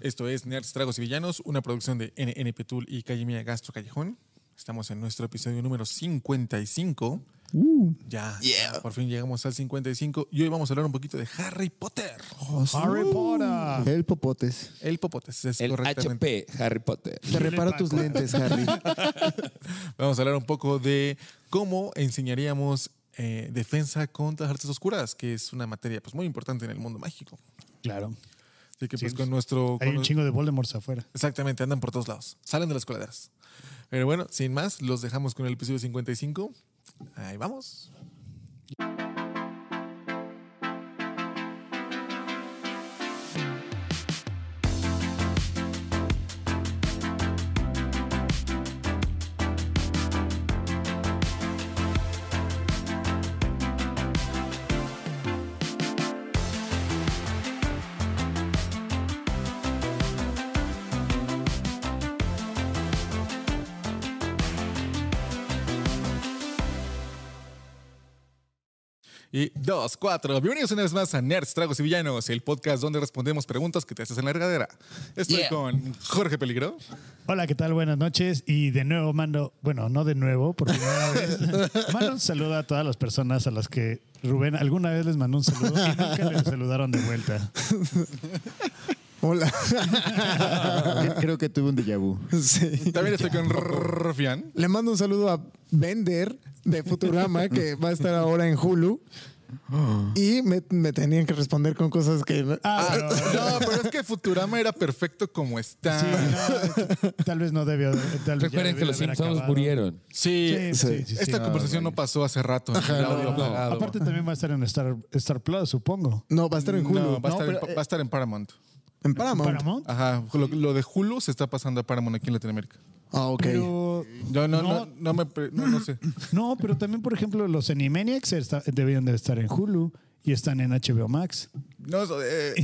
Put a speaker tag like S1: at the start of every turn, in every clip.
S1: Esto es Nerds, Tragos y Villanos, una producción de NNP Tool y Callimia Gastro Callejón. Estamos en nuestro episodio número 55.
S2: Uh,
S1: Ya,
S3: Yeah.
S1: por fin llegamos al 55 y hoy vamos a hablar un poquito de Harry Potter.
S4: Harry Potter.
S2: el popotes.
S1: El popotes, es
S3: El
S1: correctamente.
S3: HP Harry Potter.
S2: Te reparo
S4: Paco.
S2: tus lentes, Harry.
S1: Vamos a hablar un poco de cómo enseñaríamos eh, defensa contra las artes oscuras, que es una materia pues, muy importante en el mundo mágico.
S4: Claro.
S1: Así que
S4: Sí,
S1: pues con nuestro...
S4: Hay
S1: con
S4: un
S1: nos-
S4: chingo de Voldemort afuera.
S1: Exactamente, andan por todos lados. Salen de las coladeras. Pero bueno, sin más, los dejamos con el episodio 55. Ahí vamos. Y dos, cuatro. Bienvenidos una vez más a Nerds, Tragos y Villanos, el podcast donde respondemos preguntas que te haces en la regadera. Estoy
S3: Yeah.
S1: con Jorge Peligro.
S4: Hola, ¿qué tal? Buenas noches. Y de nuevo mando, bueno, no de nuevo, por primera vez. Mando un saludo a todas las personas a las que Rubén alguna vez les mandó un saludo y nunca les saludaron de vuelta.
S2: Hola. Creo que tuve un déjà vu.
S1: Y También estoy con Rufián.
S2: Le mando un saludo a Bender de Futurama, que va a estar ahora en Hulu. Y me, me tenían que responder con cosas que. no-
S4: Ah, pero-
S1: No, pero es que Futurama era perfecto como está.
S4: sí,
S1: Sí,
S4: no, tal vez no debió. tal vez ya
S3: Recuerden que
S4: debió haber
S3: los Simpsons
S4: acabado.
S3: murieron.
S4: Sí, sí, sí, sí,
S1: Esta
S4: no,
S1: conversación no
S4: güey.
S1: pasó hace rato. el audio
S3: no, no.
S1: apagado.
S4: Aparte también va a estar en Star, Star Plus, supongo.
S2: No, va a estar en Hulu.
S1: No, va a, estar en,
S2: pero,
S1: pa-
S2: eh,
S1: va a estar en Paramount.
S2: en Paramount.
S4: Paramount.
S1: Ajá, lo, lo de Hulu se está pasando a Paramount aquí en Latinoamérica.
S2: Ah, ok.
S4: Pero
S1: Yo no, no,
S4: No.
S1: no me pre- no, no sé.
S4: No, pero también, por ejemplo, los Animaniacs está- debían de estar en Hulu y están en HBO Max.
S1: No, eso, eh,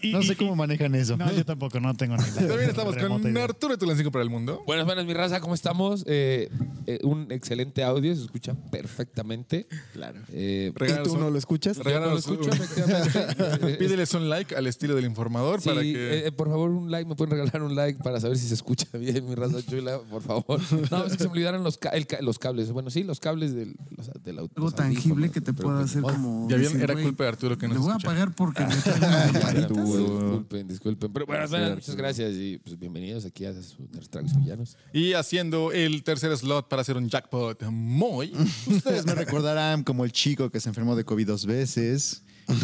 S4: Y- y-
S5: No
S4: y-
S5: sé cómo manejan eso.
S4: No, yo tampoco, no tengo ni idea.
S1: también estamos con Arturo Tulancingo para el mundo.
S3: Buenas, buenas, mi raza, ¿cómo estamos? Eh, eh, un excelente audio, se escucha perfectamente. Claro.
S2: ¿Y tú
S1: un-
S2: no lo escuchas?
S3: no lo
S1: regálanos
S3: escucho,
S1: un-
S3: efectivamente. Eh,
S1: Pídeles un like al estilo del informador para
S3: Sí,
S1: que.
S3: eh, por favor, un like, me pueden regalar un like para saber si se escucha bien mi raza chula, por favor. No, es que se me olvidaron los, ca- el ca- los cables. Bueno, sí, los cables del, los, del auto.
S6: Algo
S3: los
S6: tangible
S3: audífonos,
S6: que te
S3: pero
S6: pueda
S3: pues,
S6: hacer
S3: ni modo.
S6: como.
S1: Ya bien,
S6: dicen,
S1: era
S6: güey,
S1: culpa de Arturo que
S6: Le
S1: no
S6: voy a
S1: escucha.
S6: pagar porque me traigo
S3: pues,
S6: una lamparita.
S3: Disculpen, disculpen. Pero bueno, bueno, muchas gracias y pues bienvenidos aquí a sus Tragos Villanos.
S1: Y haciendo el tercer slot para hacer un jackpot muy.
S5: Ustedes me recordarán como el chico que se enfermó de COVID dos veces,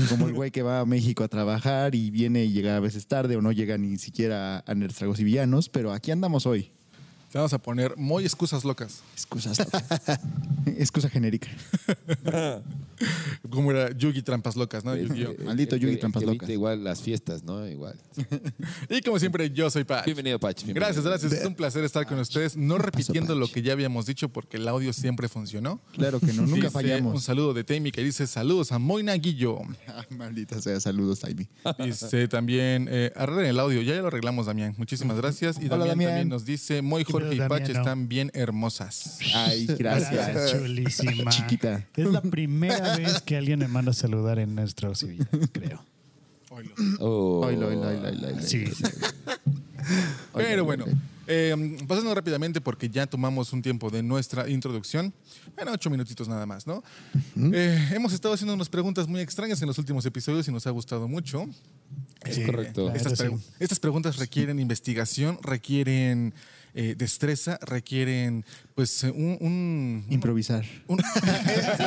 S5: como el güey que va a México a trabajar y viene y llega a veces tarde o no llega ni siquiera a Nerds, Tragos y Villanos, pero aquí andamos hoy.
S1: Te vamos a poner muy excusas locas.
S5: Excusas. Excusa genérica.
S1: Como era Yugi Trampas Locas, ¿no? Yu-Gi-Oh.
S5: Maldito
S3: Eh, El-
S5: Yugi
S3: el- el
S5: Trampas
S3: que evita
S5: Locas.
S3: Igual las fiestas, ¿no? Igual.
S1: Y como siempre, yo soy Patch.
S3: Bienvenido, Patch. bienvenido.
S1: Gracias, gracias. Es un placer estar con ustedes. No repitiendo lo
S5: Patch?
S1: que ya habíamos dicho porque el audio siempre funcionó.
S5: Claro que no, nunca
S1: Dice, Un
S5: fallamos.
S1: saludo de Temi que dice saludos a Moina Guillo.
S5: Ah, maldita sea, saludos, Taimi.
S1: Dice también, eh, arreglen el audio, ya, ya lo arreglamos, Damián. Muchísimas gracias. Y
S5: Hola,
S1: Damián,
S5: Damián.
S1: también nos dice, Moy, Jorge y
S4: Damián,
S1: Pache
S4: no.
S1: están bien hermosas.
S5: Ay, gracias.
S4: Gracias, chulísima.
S5: Chiquita.
S4: Es la primera vez que alguien me manda a saludar en nuestra civil, creo.
S3: Oh.
S5: Oilo, oilo, oilo, oilo, oilo.
S4: Sí.
S1: Pero bueno, eh, pasando rápidamente porque ya tomamos un tiempo de nuestra introducción. Bueno, ocho minutitos nada más, ¿no? Eh, hemos estado haciendo unas preguntas muy extrañas en los últimos episodios y nos ha gustado mucho.
S3: Es
S4: Sí,
S3: correcto.
S4: la
S1: Estas,
S4: neta,
S1: pregu-
S4: sí.
S1: estas preguntas requieren investigación, requieren eh, destreza, requieren pues eh, un- un,
S5: Improvisar.
S1: un-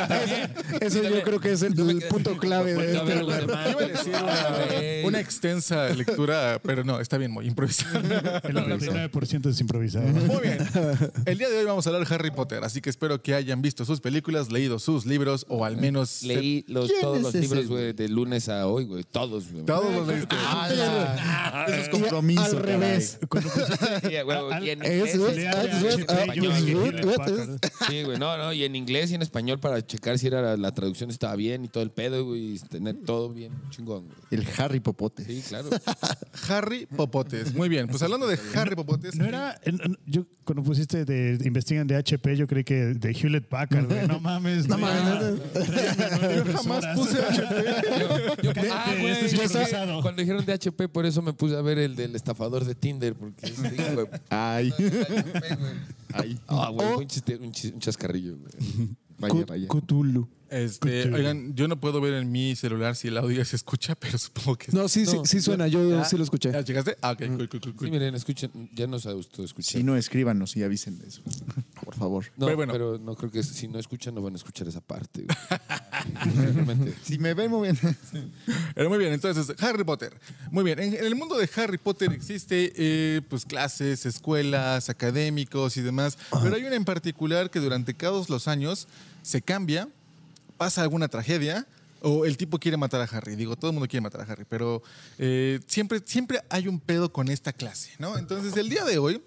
S2: Eso yo creo que es el, el punto clave de
S3: Bueno, a
S2: este
S3: ver,
S2: lugar.
S3: bueno,
S1: Iba a decir una,
S3: Güey.
S1: una extensa lectura, pero no, está bien, muy improvisada.
S4: El 99% es improvisado.
S1: Muy bien. El día de hoy vamos a hablar de Harry Potter, así que espero que hayan visto sus películas, leído sus libros o al menos
S3: Leí los,
S5: ¿Quién
S3: todos
S5: es
S3: los
S5: ese,
S3: libros, güey, de lunes a hoy, güey. Todos, güey.
S1: todos los leíste.
S5: Esos compromisos.
S2: Al revés.
S4: Cuando pusiste-
S3: Sí, güey,
S4: Al-
S3: y en
S2: Eso es,
S3: inglés, y
S4: Lea
S3: en
S2: eso
S3: español,
S4: HP,
S2: es,
S3: y en
S2: ah,
S4: yo
S3: español,
S4: dije,
S3: güey.
S2: good,
S4: "Gil,
S2: what
S4: Packard".
S2: is-"
S3: Sí, güey, no, no, y en inglés y en español para checar si era la, la traducción estaba bien y todo el pedo, güey, y tener todo bien chingón, güey.
S5: El Harry Popote.
S3: Sí, claro.
S1: Harry Popotes. Muy bien. Pues hablando de Harry Popotes.
S4: No era. en- en- Yo, cuando pusiste de de investigan de HP, yo creí que de Hewlett Packard, güey. No mames.
S2: No
S4: güey.
S2: mames.
S4: Tráiganme
S1: Yo jamás
S4: impresoras.
S1: puse HP.
S3: Yo- yo- ah,
S4: de-
S3: güey,
S4: este es
S3: yo-
S4: improvisado.
S3: cuando dijeron de HP, por eso me puse puse a ver el del estafador de Tinder porque es hijo de-
S5: Ay. Ay.
S3: Ah, güey, fue un, chiste- un chis- un chascarrillo, güey.
S5: Vaya, vaya.
S2: Cthulhu.
S1: Este,
S4: Escuché.
S1: oigan, yo no puedo ver en mi celular si el audio se escucha, pero supongo que
S2: No, sí, sí, sí suena, yo
S1: ¿Ya?
S2: sí lo escuché.
S1: ¿Ya llegaste? Ah, ok,
S4: Mm.
S1: cool, cool, cool,
S3: Sí,
S1: cool.
S3: miren, escuchen, ya nos autoescuchamos.
S5: Si no, escríbanos y avisen de eso. Por favor.
S3: No,
S1: Pero
S3: pero,
S1: bueno.
S3: no creo que si no escuchan, no van a escuchar esa parte. güey. Simplemente.
S5: Si me ven moviendo.
S1: Pero muy bien, entonces, Harry Potter. Muy bien, en, en el mundo de Harry Potter existe eh, pues clases, escuelas, académicos y demás, pero hay una en particular que durante todos los años se cambia, pasa alguna tragedia o el tipo quiere matar a Harry. Digo, todo el mundo quiere matar a Harry, pero eh, siempre, siempre hay un pedo con esta clase, ¿no? Entonces, el día de hoy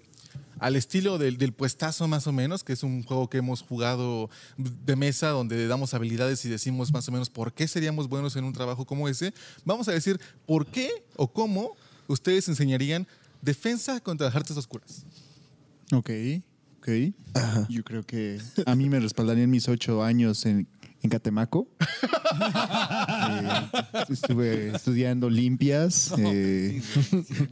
S1: al estilo del, del puestazo más o menos, que es un juego que hemos jugado de mesa donde damos habilidades y decimos más o menos por qué seríamos buenos en un trabajo como ese, vamos a decir por qué o cómo ustedes enseñarían defensa contra las artes oscuras.
S5: Ok, ok. Yo creo que a mí me respaldarían mis ocho años en, en Catemaco. Eh, estuve estudiando limpias. eh,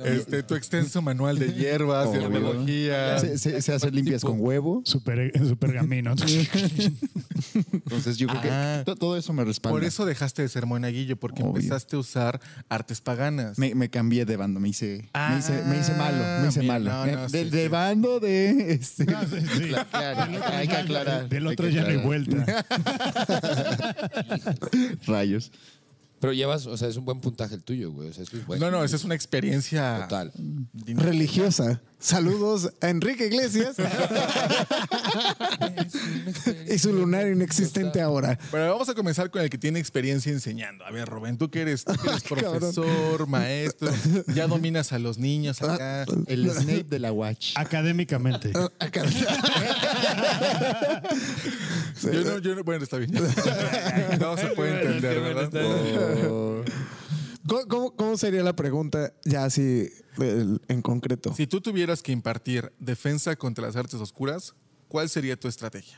S1: Este, tu extenso manual de hierbas,
S5: Obvio.
S1: herbología.
S5: se, se- se hace limpias con huevo.
S4: Super, super gamino.
S5: Entonces yo creo
S1: Ah.
S5: que to- todo eso me respalda.
S1: Por eso dejaste de ser monaguillo, porque
S5: Obvio.
S1: empezaste a usar artes paganas.
S5: me, me cambié de bando, me hice, me hice, me
S4: Ah,
S5: hice malo, me hice
S1: bien,
S5: malo.
S1: no,
S5: Me-
S1: no,
S5: de,
S1: sí,
S5: de
S1: sí.
S5: bando de... este,
S4: sí.
S5: claro, hay que aclarar.
S4: Del
S5: hay
S4: otro
S5: que
S4: ya no hay
S5: aclarar.
S4: vuelta.
S5: Rayos.
S3: Pero llevas, o sea, es un buen puntaje el tuyo, güey. O sea, eso es bueno.
S1: No, no, esa es una experiencia
S3: Total.
S2: Religiosa. Saludos a Enrique Iglesias y su lunar inexistente ahora.
S1: Bueno, vamos a comenzar con el que tiene experiencia enseñando. A ver, Rubén, tú que eres, tú que eres
S2: Cabrón.
S1: profesor, maestro, ya dominas a los niños acá.
S5: El Snape de la Watch.
S4: Académicamente.
S2: Ah,
S1: Yo no, yo no, bueno, está bien. No se puede entender, ¿verdad?
S2: ¿Cómo, cómo, cómo sería la pregunta ya así el- en concreto?
S1: Si tú tuvieras que impartir defensa contra las artes oscuras, ¿cuál sería tu estrategia?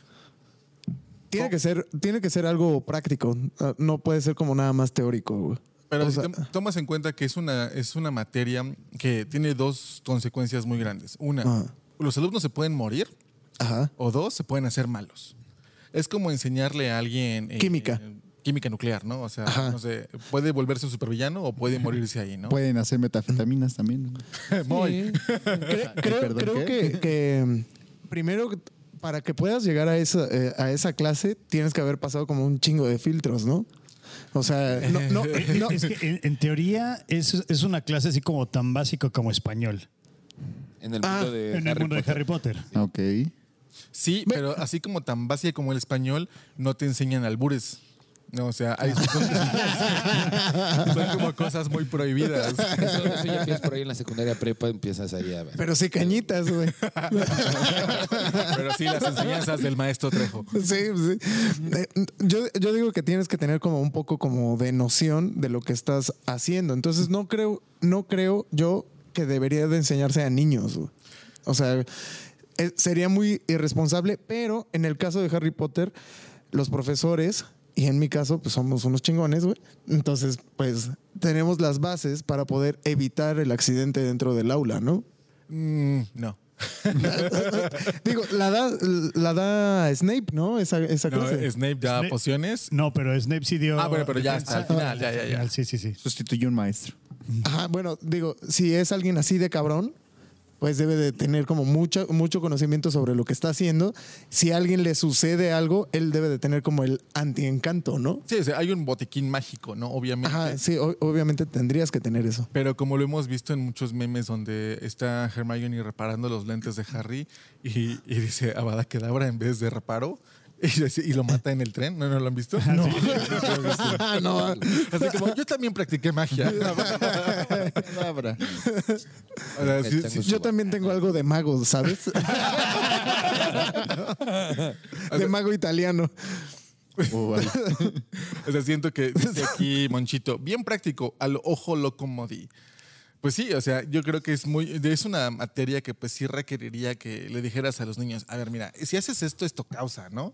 S2: Tiene, que ser, tiene que ser algo práctico. Ah, No puede ser como nada más teórico. güey.
S1: Pero
S2: O
S1: si
S2: sea, ah.
S1: tom- tomas en cuenta que es una, es una materia que tiene dos consecuencias muy grandes. Una,
S2: Ajá.
S1: los alumnos se pueden morir
S2: ajá.
S1: o dos, se pueden hacer malos. Es como enseñarle a alguien... eh,
S2: Química.
S1: química nuclear, ¿no? O sea,
S2: Ajá. Pues,
S1: no sé, puede volverse un supervillano o puede morirse ahí, ¿no?
S5: Pueden hacer metafetaminas también. ¿no?
S1: Voy.
S2: Cre- creo
S5: Ah, perdón,
S2: creo
S5: ¿qué?
S2: que, que, mm, primero, para que puedas llegar a esa, eh, a esa clase, tienes que haber pasado como un chingo de filtros, ¿no? O sea, no, no, no.
S4: eh, Es que en, en teoría es, es una clase así como tan básico como español.
S3: En el mundo
S2: Ah,
S1: Eh,
S3: de.
S4: En el
S3: Harry
S4: mundo de
S3: Potter.
S4: Harry Potter.
S5: Ok.
S1: Sí, pero así como tan básica como el español, no te enseñan albures. No, o sea, hay son, son como cosas muy prohibidas.
S3: Eso, eso ya empiezas por ahí en la secundaria prepa, empiezas ahí a ver.
S2: Pero sí cañitas, güey.
S1: Pero sí, las enseñanzas del maestro Trejo.
S2: Sí, sí. Eh, Yo, yo digo que tienes que tener como un poco como de noción de lo que estás haciendo. Entonces no creo, no creo yo que debería de enseñarse a niños. güey. O sea, eh, sería muy irresponsable, pero en el caso de Harry Potter, los profesores, y en mi caso, pues somos unos chingones, güey. Entonces, pues tenemos las bases para poder evitar el accidente dentro del aula, ¿no?
S1: Mm, no.
S2: Digo, la da, la da Snape, ¿no? Esa, esa
S1: No,
S2: clase.
S1: Snape da
S4: Snape-
S1: pociones.
S4: No, pero Snape sí dio.
S1: Ah, bueno, pero ya hasta el
S4: defensa.
S1: final, ya, ya, ya.
S4: Al final, Sí, sí, sí.
S5: Sustituyó un maestro.
S2: Ajá, bueno, digo, si es alguien así de cabrón, pues debe de tener como mucho, mucho conocimiento sobre lo que está haciendo. Si a alguien le sucede algo, él debe de tener como el antiencanto, ¿no?
S1: Sí, o sea, hay un botiquín mágico, ¿no? Obviamente.
S2: Ajá, sí, o- obviamente tendrías que tener eso.
S1: Pero como lo hemos visto en muchos memes donde está Hermione reparando los lentes de Harry y, y dice Avada Kedavra en vez de reparo y, dice- y lo mata en el tren. ¿No, no lo han visto?
S4: Ah,
S1: No.
S2: no,
S1: Así como, yo también practiqué magia. O sea, sí, sí.
S2: yo también tengo algo de mago, ¿sabes? de mago italiano.
S5: Oh, vale.
S1: O sea, siento que dice aquí Monchito, bien práctico, al ojo locomodí. Pues sí, o sea, yo creo que es muy, es una materia que pues sí requeriría que le dijeras a los niños, a ver, mira, si haces esto, esto causa, ¿no?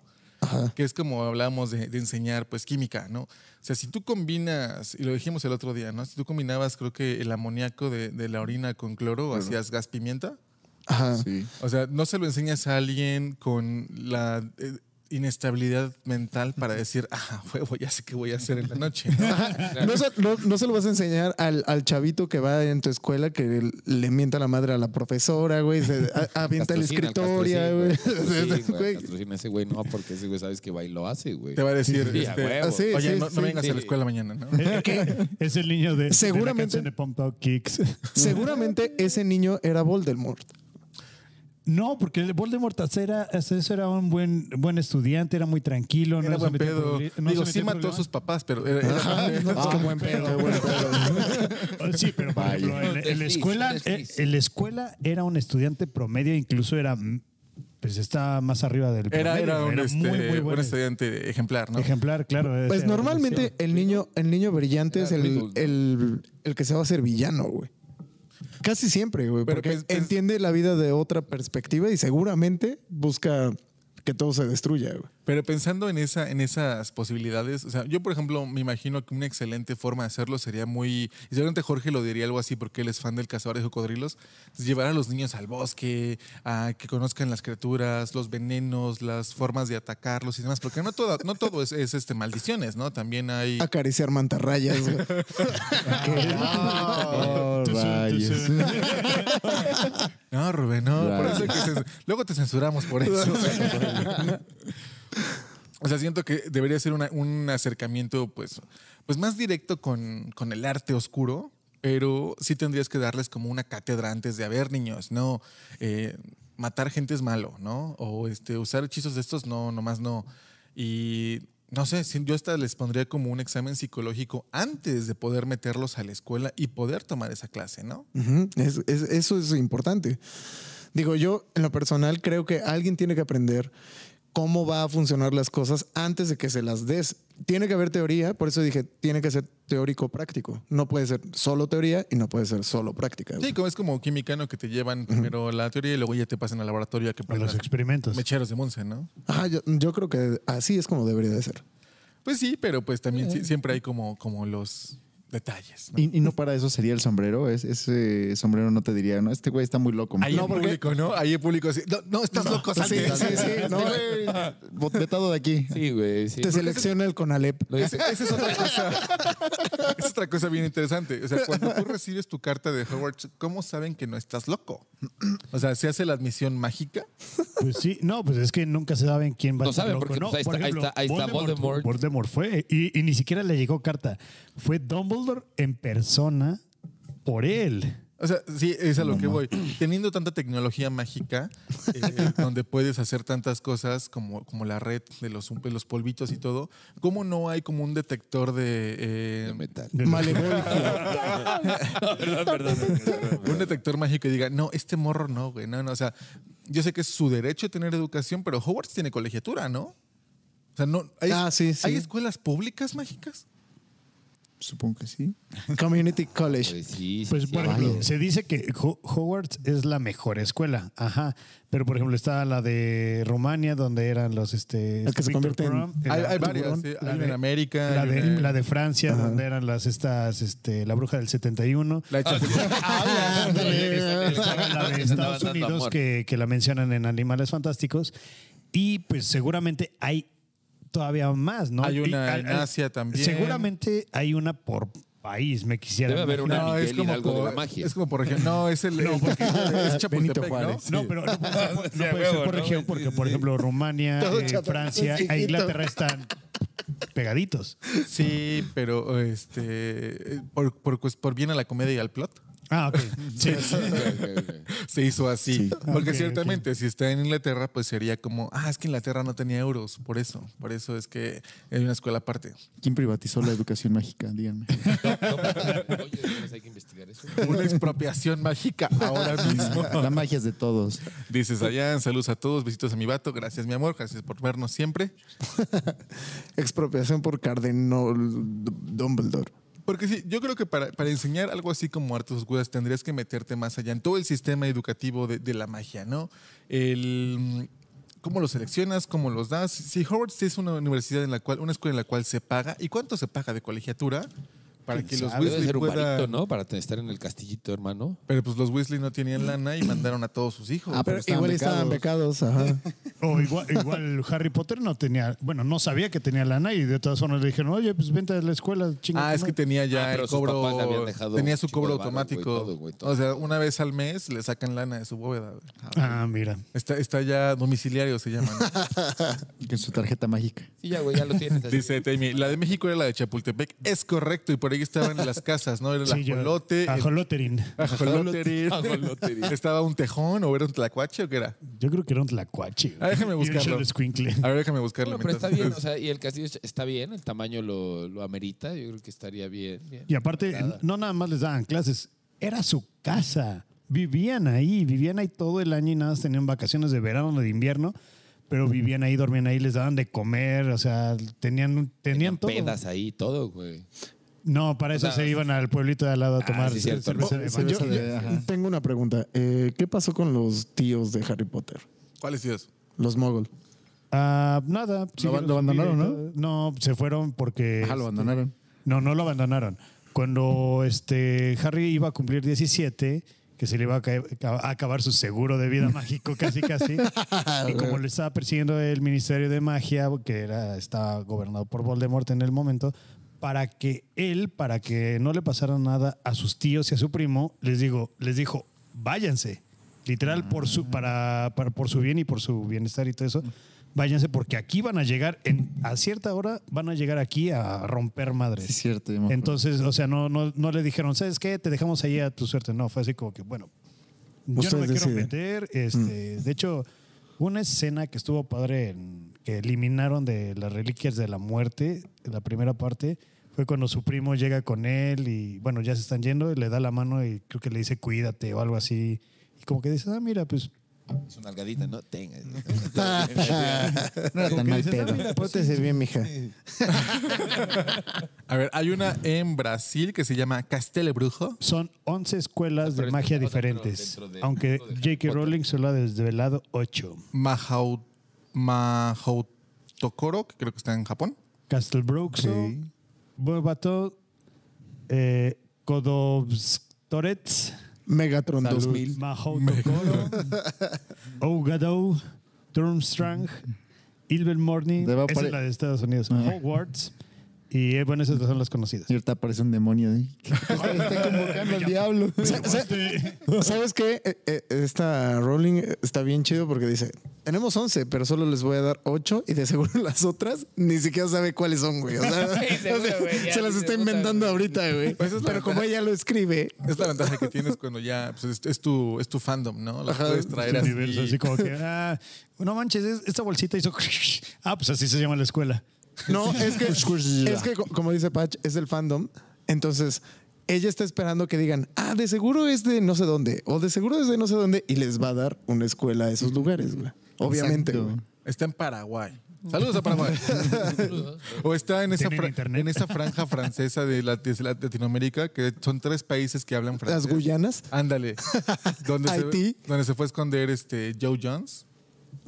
S1: que es como hablamos de, de enseñar pues química, ¿no? O sea, si tú combinas, y lo dijimos el otro día, ¿no? Si tú combinabas creo que el amoníaco de, de la orina con cloro, hacías gas pimienta.
S2: Ajá.
S5: Sí.
S1: O sea, no se lo enseñas a alguien con la eh, inestabilidad mental para decir, ah, huevo, ya sé qué voy a hacer en la noche. ¿no?
S2: No, se, no- no se lo vas a enseñar al, al chavito que va en tu escuela que le mienta la madre a la profesora, güey. Se a- avienta el
S3: Castrocina,
S2: escritorio, güey.
S3: Castrocina, güey. Sí, güey,
S2: Güey.
S3: Castrocina, ese güey no, porque ese güey sabes que va y lo hace, güey.
S1: Te va a decir,
S3: Sí, a
S1: este,
S3: huevo.
S2: Sí,
S1: oye,
S2: sí,
S1: no, no
S2: sí.
S1: vengas a
S3: Sí.
S1: la escuela mañana, ¿no?
S4: Es el niño de,
S2: Seguramente-
S4: de la canción de Pump Out Kicks.
S2: Seguramente ese niño era Voldemort.
S4: No, porque el Voldemort era, hasta eso era un buen, buen estudiante, era muy tranquilo.
S1: Era
S4: no se
S1: buen
S4: metía en
S1: pedo.
S4: proble- no
S1: Digo,
S4: se
S1: sí
S4: metía en
S1: mató a
S4: problemas.
S1: sus papás, pero era- era buen pedo.
S2: qué
S5: Ah,
S2: buen pedo, qué buen pedo.
S4: Eh, Sí, pero por
S5: Vaya.
S4: ejemplo, en- en, la
S3: Desliz,
S4: escuela, eh,
S3: desliz.
S4: en la escuela era un estudiante promedio, incluso era, mm, pues está más arriba del promedio.
S1: Era, era un, este,
S4: muy, muy
S1: un
S4: buen
S1: estudiante ejemplar, ¿no?
S4: ejemplar, claro.
S2: Pues
S4: ese-
S2: normalmente el niño, el niño brillante
S3: Era
S2: es el,
S3: Riddle, ¿no?
S2: el, el que se va a hacer villano, güey. Casi siempre, güey.
S1: Pero
S2: Porque
S1: pues- pues-
S2: entiende la vida de otra perspectiva y seguramente busca que todo se destruya, güey.
S1: Pero pensando en, esa, en esas posibilidades, o sea, yo por ejemplo me imagino que una excelente forma de hacerlo sería muy, y seguramente Jorge lo diría algo así porque él es fan del cazador de cocodrilos, es llevar a los niños al bosque, a que conozcan las criaturas, los venenos, las formas de atacarlos y demás, porque no todo, no todo es, es, este, maldiciones, ¿no? También hay...
S2: Acariciar mantarrayas, güey.
S5: Oh,
S4: Too soon, too
S5: rayos.
S4: soon.
S1: No, Rubén, no. Por
S5: Claro.
S1: eso que cens- Luego te censuramos por eso. o sea, siento que debería ser una- un acercamiento, pues, pues más directo con, con el arte oscuro, pero sí tendrías que darles como una cátedra antes de haber niños, ¿no? Eh, matar gente es malo, ¿no? O este, usar hechizos de estos, no, nomás no. Y no sé, si- yo hasta les pondría como un examen psicológico antes de poder meterlos a la escuela y poder tomar esa clase, ¿no?
S2: Ujú, es- es- eso es importante. Digo, yo en lo personal creo que alguien tiene que aprender cómo va a funcionar las cosas antes de que se las des. Tiene que haber teoría, por eso dije, tiene que ser teórico-práctico. No puede ser solo teoría y no puede ser solo práctica. güey.
S1: Sí, como es como química, ¿no? Que te llevan primero la teoría y luego ya te pasan al laboratorio a que
S4: A los
S1: pruebas
S4: experimentos.
S1: mecheros de Monse, ¿no?
S2: Ajá, yo, yo creo que así es como debería de ser.
S1: Pues sí, pero pues también sí- siempre hay como, como los detalles. ¿no?
S5: Y, y no para eso sería el sombrero. Es, ese sombrero no te diría, no, este güey está muy loco. man.
S1: Ahí en público, ¿no? Ahí en público así. No, no, estás loco,
S2: Sí,
S1: salte.
S2: sí, sí, no,
S5: Este güey, bot- vetado de aquí.
S3: Sí, güey, sí.
S2: Te selecciona el Conalep.
S3: Lo dice-
S1: Esa es otra cosa. es otra cosa bien interesante. O sea, cuando tú recibes tu carta de Hogwarts, ¿cómo saben que no estás loco? O sea, ¿se hace la admisión mágica?
S4: Pues sí, no, pues es que nunca se saben quién va a
S3: No
S4: estar
S3: saben,
S4: loco,
S3: porque,
S4: ¿no?
S3: pues, ahí
S4: Por
S3: está- ahí
S4: ejemplo,
S3: está- ahí está Voldemort.
S4: Voldemort fue y, y ni siquiera le llegó carta. Fue Dumbledore en persona por él.
S1: O sea, sí, es a lo que voy. Teniendo tanta tecnología mágica, eh, donde puedes hacer tantas cosas como, como la red de los, de los polvitos y todo, ¿cómo no hay como un detector de... eh,
S3: De metal.
S4: De-
S2: Malevolgia.
S1: un detector mágico y diga, no, este morro no, güey, no, no, o sea, yo sé que es su derecho tener educación, pero Hogwarts tiene colegiatura, ¿no? O sea, no, ¿hay,
S2: Ah, sí, sí.
S1: ¿hay escuelas públicas mágicas?
S5: Ah, Supongo que sí.
S2: Community College.
S3: Pues sí, sí,
S4: Pues,
S3: sí.
S4: por ejemplo, se dice que Ho- Hogwarts es la mejor escuela, ajá. Pero, por ejemplo, está la de Rumania, donde eran los... Este,
S2: El que se
S4: Víctor
S2: convierte en-
S4: Prom,
S1: Hay,
S4: la-
S1: hay varias,
S2: tiburón,
S1: sí,
S4: la
S1: hay una
S4: de-
S1: en América,
S4: La
S1: hay
S4: de,
S1: una-
S4: la de Francia, donde eran las estas, este, la bruja del 71.
S1: la de Chapultepec.
S4: Ándale. Estaba la de Estados
S3: Estaban dando
S4: Unidos
S3: amor.
S4: que, que la mencionan en Animales Fantásticos. Y pues seguramente hay todavía más, ¿no?
S1: Hay
S4: Y
S1: una
S4: al-
S1: en
S4: al-
S1: Asia también.
S4: Ah, Seguramente hay una por país, me quisiera.
S3: Debe haber
S4: imaginar.
S3: una
S1: No, es
S3: Miguel
S1: como,
S3: Hidalgo de
S1: por,
S3: la magia.
S1: es como por ejemplo, no, es el, el- es Chapultepec, ¿no?
S5: Juárez.
S4: No, pero no puede ser, por- no
S3: Sí,
S4: puede
S3: a
S4: ser
S3: huevo,
S4: por
S3: ¿no?
S4: región,
S3: Sí,
S4: porque
S3: sí,
S4: por
S3: sí.
S4: ejemplo Rumania,
S2: Todo
S4: eh,
S2: chaparrito,
S4: Francia
S2: chiquito.
S4: e Inglaterra están pegaditos.
S1: Sí, pero este por, por, pues, por bien a la comedia y al plot.
S4: Ah, ok. Sí.
S1: Se hizo así. Porque
S4: Ok,
S1: ciertamente, si está en Inglaterra, pues sería como, ah, es que Inglaterra no tenía euros, por eso. Por eso es que hay una escuela aparte.
S5: ¿Quién privatizó la educación mágica? Díganme.
S3: Oye, hay que investigar eso.
S1: Una expropiación mágica ahora mismo.
S5: La magia es de todos.
S1: Dices allá, saludos a todos, besitos a mi vato, gracias mi amor, gracias por vernos siempre.
S2: Expropiación por Cardenal Dumbledore.
S1: Porque sí, yo creo que para, para enseñar algo así como artes oscuras tendrías que meterte más allá en todo el sistema educativo de, de la magia, ¿no? El, mm, cómo los seleccionas, cómo los das. Si Howard State es una universidad en la cual, una escuela en la cual se paga, ¿y cuánto se paga de colegiatura? Para que los
S3: Pues, ah, Debe
S1: Weasley
S3: ser un varito,
S1: puedan.
S3: ¿no? Para estar en el castillito, hermano.
S1: Pero pues los Weasley no tenían lana y mandaron a todos sus hijos.
S5: Ah,
S2: Pero
S5: pero estaban
S2: igual estaban becados, ajá.
S4: O igual, igual Harry Potter no tenía, bueno, no sabía que tenía lana y de todas formas le dijeron, oye, pues vente a la escuela, chinga.
S1: Ah,
S4: tu
S1: es que
S4: madre".
S1: tenía ya
S3: Ah, pero
S1: el
S3: sus
S1: cobro.
S3: papás le habían dejado
S1: tenía
S3: un
S1: su
S3: chingo
S1: cobro
S3: de varo, güey,
S1: automático.
S3: todo, güey, todo.
S1: O sea, una vez al mes le sacan lana de su bóveda. güey.
S4: Ah, mira.
S1: Está, está ya domiciliario, se llama. ¿no?
S5: Con su tarjeta mágica.
S3: Sí, ya, güey, ya lo tienes. así.
S1: Dice Taimi, la de México era la de Chapultepec. Es correcto, y por ahí estaban las casas, ¿no? Era el
S4: Sí, yo-
S1: ajolote, el-
S4: Ajoloterín.
S1: ajoloterín. Estaba un tejón o era un tlacuache o qué era.
S4: Yo creo que era un tlacuache. güey.
S1: Ah, déjame
S4: Y un
S1: buscarlo.
S4: xoloescuincle.
S1: A ver, déjame buscarlo.
S3: Bueno, pero está
S1: mientras-
S3: bien, o sea, y el castillo está bien, el tamaño lo, lo amerita, yo creo que estaría bien. bien.
S4: Y aparte, no nada más les daban clases, era su casa. Vivían ahí, vivían ahí todo el año y nada más tenían vacaciones de verano o de invierno, pero vivían ahí, dormían ahí, les daban de comer, o sea, tenían, un- tenían todo.
S3: pedas ahí, todo, güey.
S4: No, para eso
S3: sea,
S4: se iban al pueblito de al lado a
S3: Ah,
S4: tomar
S3: sí, cierto.
S4: cerveza de
S5: Se
S4: baño.
S5: ve- se ve, ajá.
S2: Tengo una pregunta. Eh, ¿Qué pasó con los tíos de Harry Potter?
S1: ¿Cuáles tíos?
S2: Los mogul.
S4: Ah, nada. siguieron su vida
S5: abandonaron,
S4: y
S5: ¿no?
S4: todo. No, se fueron porque...
S5: Ajá, lo
S4: este,
S5: abandonaron.
S4: No, no lo abandonaron. Cuando este Harry iba a cumplir 17, que se le iba a, ca- a acabar su seguro de vida mágico casi casi, y como le estaba persiguiendo el Ministerio de Magia, que era, estaba gobernado por Voldemort en el momento, para que él, para que no le pasara nada a sus tíos y a su primo, les, digo, les dijo, váyanse. Literal, por su, para, para- por su bien y por su bienestar y todo eso, váyanse porque aquí van a llegar, en, a cierta hora van a llegar aquí a romper madres.
S5: Sí, es cierto. ya me acuerdo.
S4: Entonces, o sea, no, no, no le dijeron, ¿sabes qué? Te dejamos ahí a tu suerte. No, fue así como que, bueno, yo no me quiero
S2: Ustedes deciden. Mm.
S4: meter. Este, De hecho, una escena que estuvo padre en- que eliminaron de las reliquias de la muerte, en la primera parte, fue cuando su primo llega con él y, bueno, ya se están yendo, y le da la mano y creo que le dice, cuídate o algo así. Y como que dices, ah, mira, pues
S3: Es una algadita, ¿no? Tenga.
S5: no era tan mal pedo.
S2: Pótese bien, mija.
S1: A ver, hay una en Brasil que se llama Castele Brujo.
S4: son 11 escuelas
S3: Pero
S4: de
S3: es
S4: magia
S3: otra, pero
S4: diferentes,
S3: dentro de-
S4: aunque
S3: dentro de Harry
S4: J.K.
S3: Potter.
S4: Rowling solo ha desvelado 8.
S1: Mahau, Mahautokoro, que creo que está en Japón.
S4: Castlebrookso, Borbato, eh, Kodobstorets,
S2: Megatron
S5: Salud.
S2: 2000.
S4: Mahotokoro, Ougadou, Durmstrang, Ilver Morning,
S5: Debe
S4: esa
S5: apare-
S4: es la de Estados Unidos,
S5: Ah.
S4: Hogwarts, y eh, bueno, esas son las conocidas.
S5: Y ahorita aparece un demonio. ¿eh? Está, está convocando al diablo.
S4: Este
S2: ¿Sabes qué? Eh, eh, Esta Rolling está bien chido porque dice, tenemos 11, pero solo les voy a dar 8 y de seguro las otras ni siquiera sabe cuáles son, güey. O sea,
S3: Sí, seguro,
S2: o sea,
S3: güey, ya
S2: se las
S3: dice,
S2: está
S3: puta,
S2: inventando
S3: güey.
S2: ahorita, güey.
S1: Pues es la
S2: pero como
S1: ventaja.
S2: ella lo escribe,
S1: Es la ventaja que tienes cuando ya pues, es, es tu, es tu fandom, ¿no? Las
S2: Ajá,
S1: puedes
S4: Es
S1: traer así.
S4: universo, así como que, ah, no manches, es- esta bolsita hizo... Ah, pues así se llama la escuela.
S2: No, es que, es que co- como dice Patch, es el fandom. Entonces, ella está esperando que digan, ah, de seguro es de no sé dónde, o de seguro es de no sé dónde, y les va a dar una escuela a esos lugares, güey. Obviamente,
S5: Exacto.
S2: güey.
S1: Está en Paraguay. Saludos a Paraguay. o está en esa,
S4: Tienen
S1: fra-
S4: internet.
S1: en esa franja francesa de, la- de Latinoamérica, que son tres países que hablan
S2: Las
S1: francés.
S2: Guyanas,
S1: Ándale. Donde, se,
S2: Haití.
S1: donde se fue a esconder este Joe Jones.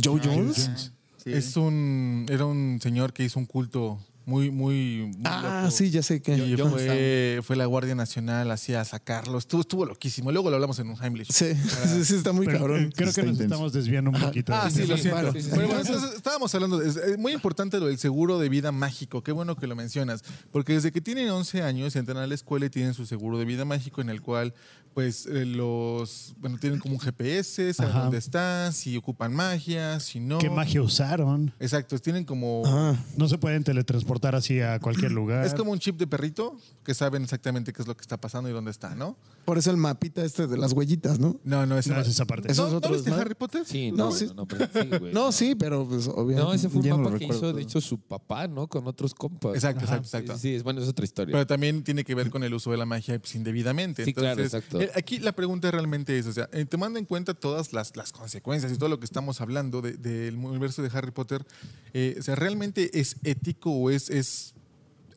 S2: Joe Jones.
S1: Es un, era un señor que hizo un culto muy, muy, muy
S2: Ah,
S1: loco.
S2: sí, ya sé que.
S1: Y fue, fue la Guardia Nacional así a sacarlo. Estuvo, estuvo loquísimo. Luego lo hablamos en un Heimlich.
S2: Sí, sí, sí, está muy
S4: Pero eh,
S2: cabrón.
S4: creo que
S5: Está
S4: nos
S5: intenso.
S4: estamos desviando un poquito.
S1: Ah, sí, lo
S3: Sí,
S1: siento.
S3: claro. Sí, sí, sí.
S1: Pero bueno, entonces estábamos hablando, de- es es muy importante lo del seguro de vida mágico, qué bueno que lo mencionas, porque desde que tienen 11 años entran a la escuela y tienen su seguro de vida mágico en el cual pues eh, los, bueno, tienen como un GPS, saben
S4: Ajá.
S1: dónde están, si ocupan magia, si no.
S4: ¿Qué magia usaron?
S1: Exacto, tienen como...
S2: Ah,
S4: No se pueden teletransportar así a cualquier lugar.
S1: Es como un chip de perrito que saben exactamente qué es lo que está pasando y dónde está, ¿no?
S2: por eso el mapita este de las huellitas, ¿no?
S1: No, no, ese
S4: No,
S1: no-
S4: es esa parte.
S2: Eso
S1: ¿No-
S2: es
S1: ¿No
S2: otro
S1: viste
S2: desmadre.
S1: Harry Potter?
S3: Sí, no,
S2: No,
S3: bueno,
S2: sí.
S3: no, pero sí, güey.
S2: No, sí, pero pues obviamente.
S3: No, ese fue un
S5: Ya no
S3: mapa
S5: lo
S3: que
S5: recuerdo.
S3: hizo, de hecho, su papá, ¿no? Con otros compas.
S1: Exacto,
S3: Ajá.
S1: exacto, exacto.
S3: Sí, sí, es bueno, es otra historia.
S1: Pero también tiene que ver con el uso de la magia pues, indebidamente.
S3: Sí, claro, exacto.
S1: eh, aquí la pregunta realmente es, o sea, eh, tomando en cuenta todas las, las consecuencias y todo lo que estamos hablando de- del universo de Harry Potter, eh, o sea, ¿realmente es ético o es, es,